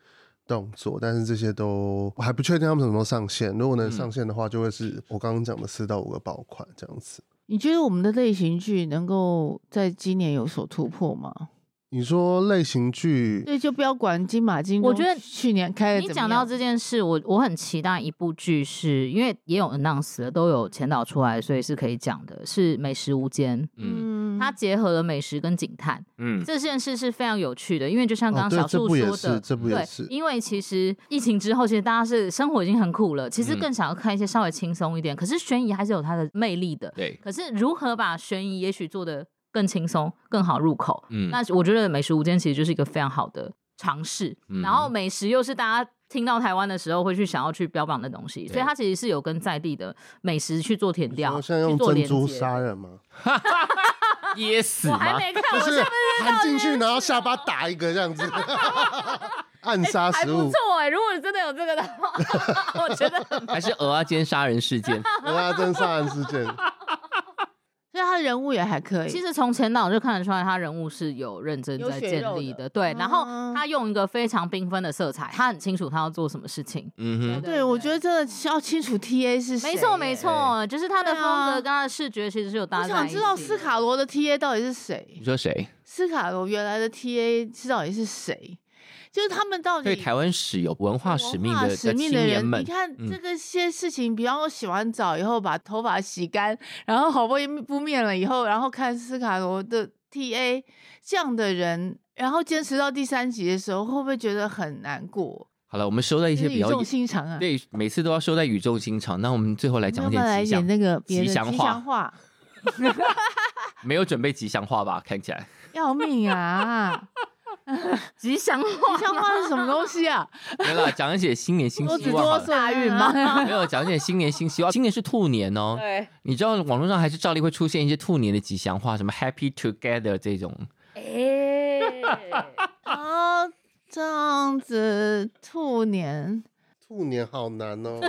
动作，但是这些都我还不确定他们什么时候上线。如果能
嗯
上线的话，就会是我刚刚讲的四到五个爆款这样子。
你觉得我们的类型剧能够在今年有所突破吗？
你说类型剧，
嗯
对，就不要管金马金钟，
我觉得
去年
哎
开的
你讲到这件事，我我很期待一部剧是，因为也有 announce 了，都有前导出来，所以是可以讲的。是《美食无间》，
嗯
它结合了美食跟警探
嗯
这件事是非常有趣的，因为就像
哦，
刚刚
对
小，
这
树
部也
说
是，
的，
这部也
对
是，。
因为其实疫情之后，其实大家是生活已经很苦了，其实
嗯
更想要看一些稍微轻松一点。可是悬疑还是有它的魅力 的。
对，
可是如何把悬疑也许做得更轻松、更好入口？
嗯
那我觉得《美食无间》其实就是一个非常好的尝试。
嗯
然后美食又是大家听到台湾的时候会去想要去标榜的东西，所以它其实是有跟在地的美食去做填
然
调，
后像用
去做
珍
连
珠
接。
杀人嘛，
噎死
我还
吗？
没看，
就
我
是
下面
含进去，然后下巴打一个这 样子，暗杀
还
食
不
物。
错哎、如果真的有这个的话， 我觉得很
还是鹅啊间杀人事 件？
人家真杀人事件，
所以他的人物也还可以。
其实从前导就看得出来，他人物是有认真
有
在
血
建
肉
立
的
对。然后
嗯
他用一个非常缤纷的色彩，他很清楚他要做什么事情。
嗯哼，
对，我觉得真的要清楚 TA 是谁。啊
没错没。错，就是他的
对
风
啊
格跟他的视觉其实是有搭
我
在
想
一
知道
起
斯
的
卡罗的 TA 到底是谁
你？说谁？
斯卡罗原来的 TA 是到底是谁？就是他们到底
对台湾史有文化使命
文化
的
使
的青
命的
年
人，
们
你，看
嗯
这个些事情，比方说洗完澡以后把头发洗干，然后好不容易敷面了以后，然后看斯卡罗的 TA 这样的人，然后坚持到第三集的时候，会不会觉得很难过？
好了，我们收到一些
就是
比
语
较
重心长啊。
对，每次都要收在语重心长。那我们最后来
我
讲
们要
一
不要来
点
一
吉祥
点那个别的
吉祥话，
话，
没有准备吉祥话吧？看起来
要命啊！
吉 祥
吉祥话是什么东西啊？
没 了，讲一些新年新
多
希
子
望好
多
了。
孙啊
大 运吗？
没有讲一点新年新希望，今年是兔年哦。
对，
你知道网络上还是照例会出现一些兔年的吉祥话，什么 Happy Together 这种。
哎，
啊，这样子兔年，
兔年好难 哦。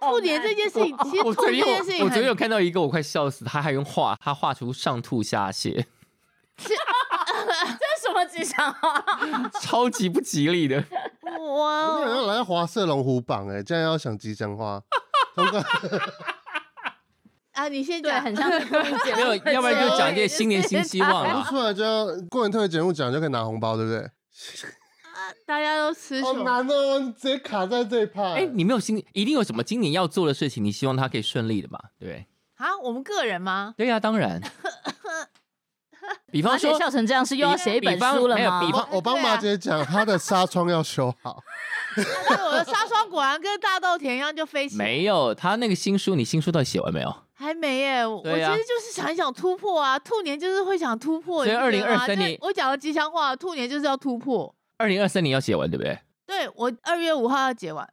兔年这件事情，其实
哦我
兔
昨
这
天有
件事情
我昨天有
很，
看到一个，我快笑死，他还用画，他画出上吐下 泻，
这是什么吉祥话？
超级不吉利的。
我想
哇，哦
要来华社龙虎榜哎，竟然要想吉祥 话，
啊，你先
对，
讲，
很像是综艺节目
没有
会，
要不然
做
就
的
讲一
这
点
件
新年
事
新
情
希望啊
我
啦。
出来就要过年特别节目讲就可以拿红包，对不对？
大家都吃
好
什么？
难哦，你直接卡在这一趴。
哎，
欸
你没有新，一定有什么今年要做的事情，你希望他可以顺利的嘛？对不对
啊，我们个人吗？
对呀、当 然。比
而
方
且
说，
笑成这样是又要写一
比
本
方
书了
没有
吗？
比
我
方
帮我
啊
帮马姐讲，她的纱窗要修好。
啊对我的纱窗果然跟大豆田一样就飞起来，
没有他那个新书，你新书到底写完没有？
还没耶。我我
对
其
呀
实就是想一想突破啊，兔年就是会想突破。
所以
你不觉得吗
2023
这
年
我讲的吉祥话，兔年就是要突破。
二零二三年要写完，对不对？
对我二月五号要结完，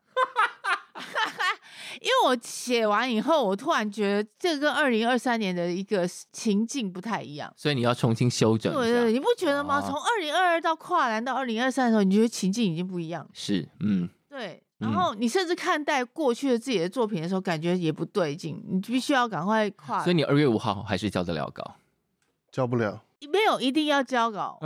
因为我写完以后，我突然觉得这跟二零二三年的一个情境不太一样。
所以你要重新修整
对
一
对，
下。
你不觉得吗？
哦
从二零二二到跨栏到二零二三的时候，你觉得情境已经不一样了。
是，嗯，
对，然
嗯
后你甚至看待过去的自己的作品的时候，感觉也不对劲，你必须要赶快跨。
所以你二月五号还是交得了稿。
交不了。
没有一定要交 稿。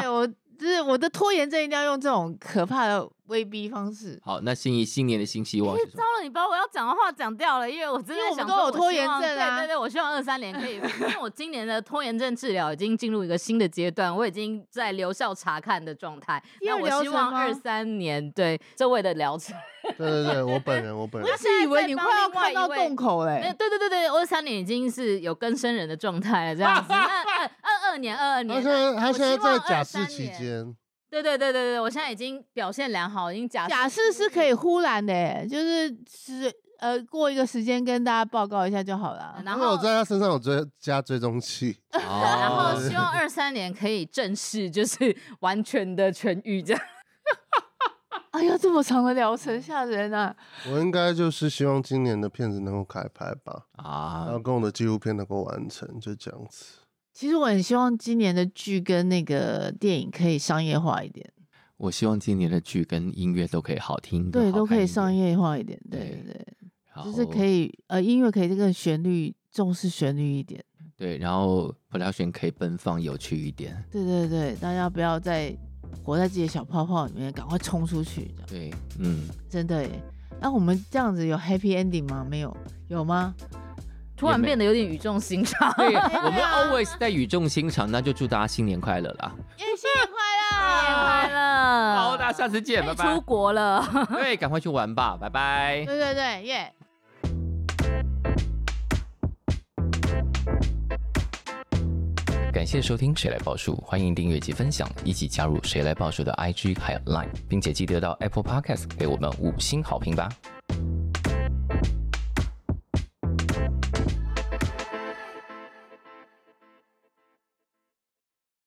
对我，就是我的拖延症一定要用这种可怕的威逼方式。
好，那新一新年的新希望是什
糟
么？
了，你把我要讲的话讲掉了，因为我真
因为
的
我们
想
都
说
有
我希
拖延
望
症啊
对对对，我希望二三年可以，因为我今年的拖延症治疗已经进入一个新的阶段，我已经在留校查看的状态。
你
那
有
我
疗
希
程
望
吗
二三年对这位的疗程，
对对对，我本人我本人
我一直以为你快要看到
我现在在帮另外一位
洞口嘞、
没有对对对对，二三年已经是有更生人的状态了，这样子。那二二二年二
他
二年
现，在他
我
现在
希望
在假释
23
期
年
间，
对对对对对，我现在已经表现良好，已经假
假释啊是嗯可以忽然的、欸就是是呃过一个时间跟大家报告一下就好了。啊
然
因为我
后
在他身上有追加追踪器，
哎
然后
哦，
希望二三年可以正式就是完全的痊愈这样。
哎呀，这么长的疗程吓人啊！
我应该就是希望今年的片子能够开拍吧，
嗯
然后
啊，
跟我的纪录片能够完成，就这样子。
其实我很希望今年的剧跟那个电影可以商业化一点，
我希望今年的剧跟音乐都可以好听，
对，都可以商
上映，
业化一点，对对
对
对，
然
就是
后
可以呃音乐可以这个旋律重视旋律一点，
对，然后 production 可以奔放有趣一点。
对对对，大家不要再活在自己的小泡泡里面，赶快冲出去，这样
对， 嗯，
真的耶。那、我们这样子有 happy ending 吗？没有，有吗？
突然变得有点语重 心长。
对，我们 always 在语重心长，那就祝大家新年快乐啦！
耶，新年快
太哎快乐！
好，大家下次
哎
见，
可
拜
以出
拜。
国了。
对，赶快去玩吧，拜拜。
对对对，耶、
感谢收听《谁来报数》，欢迎订阅及分享，一起加入《谁来报数》的 IG 还有 Line，并且记得到 Apple Podcast 给我们五星好评吧。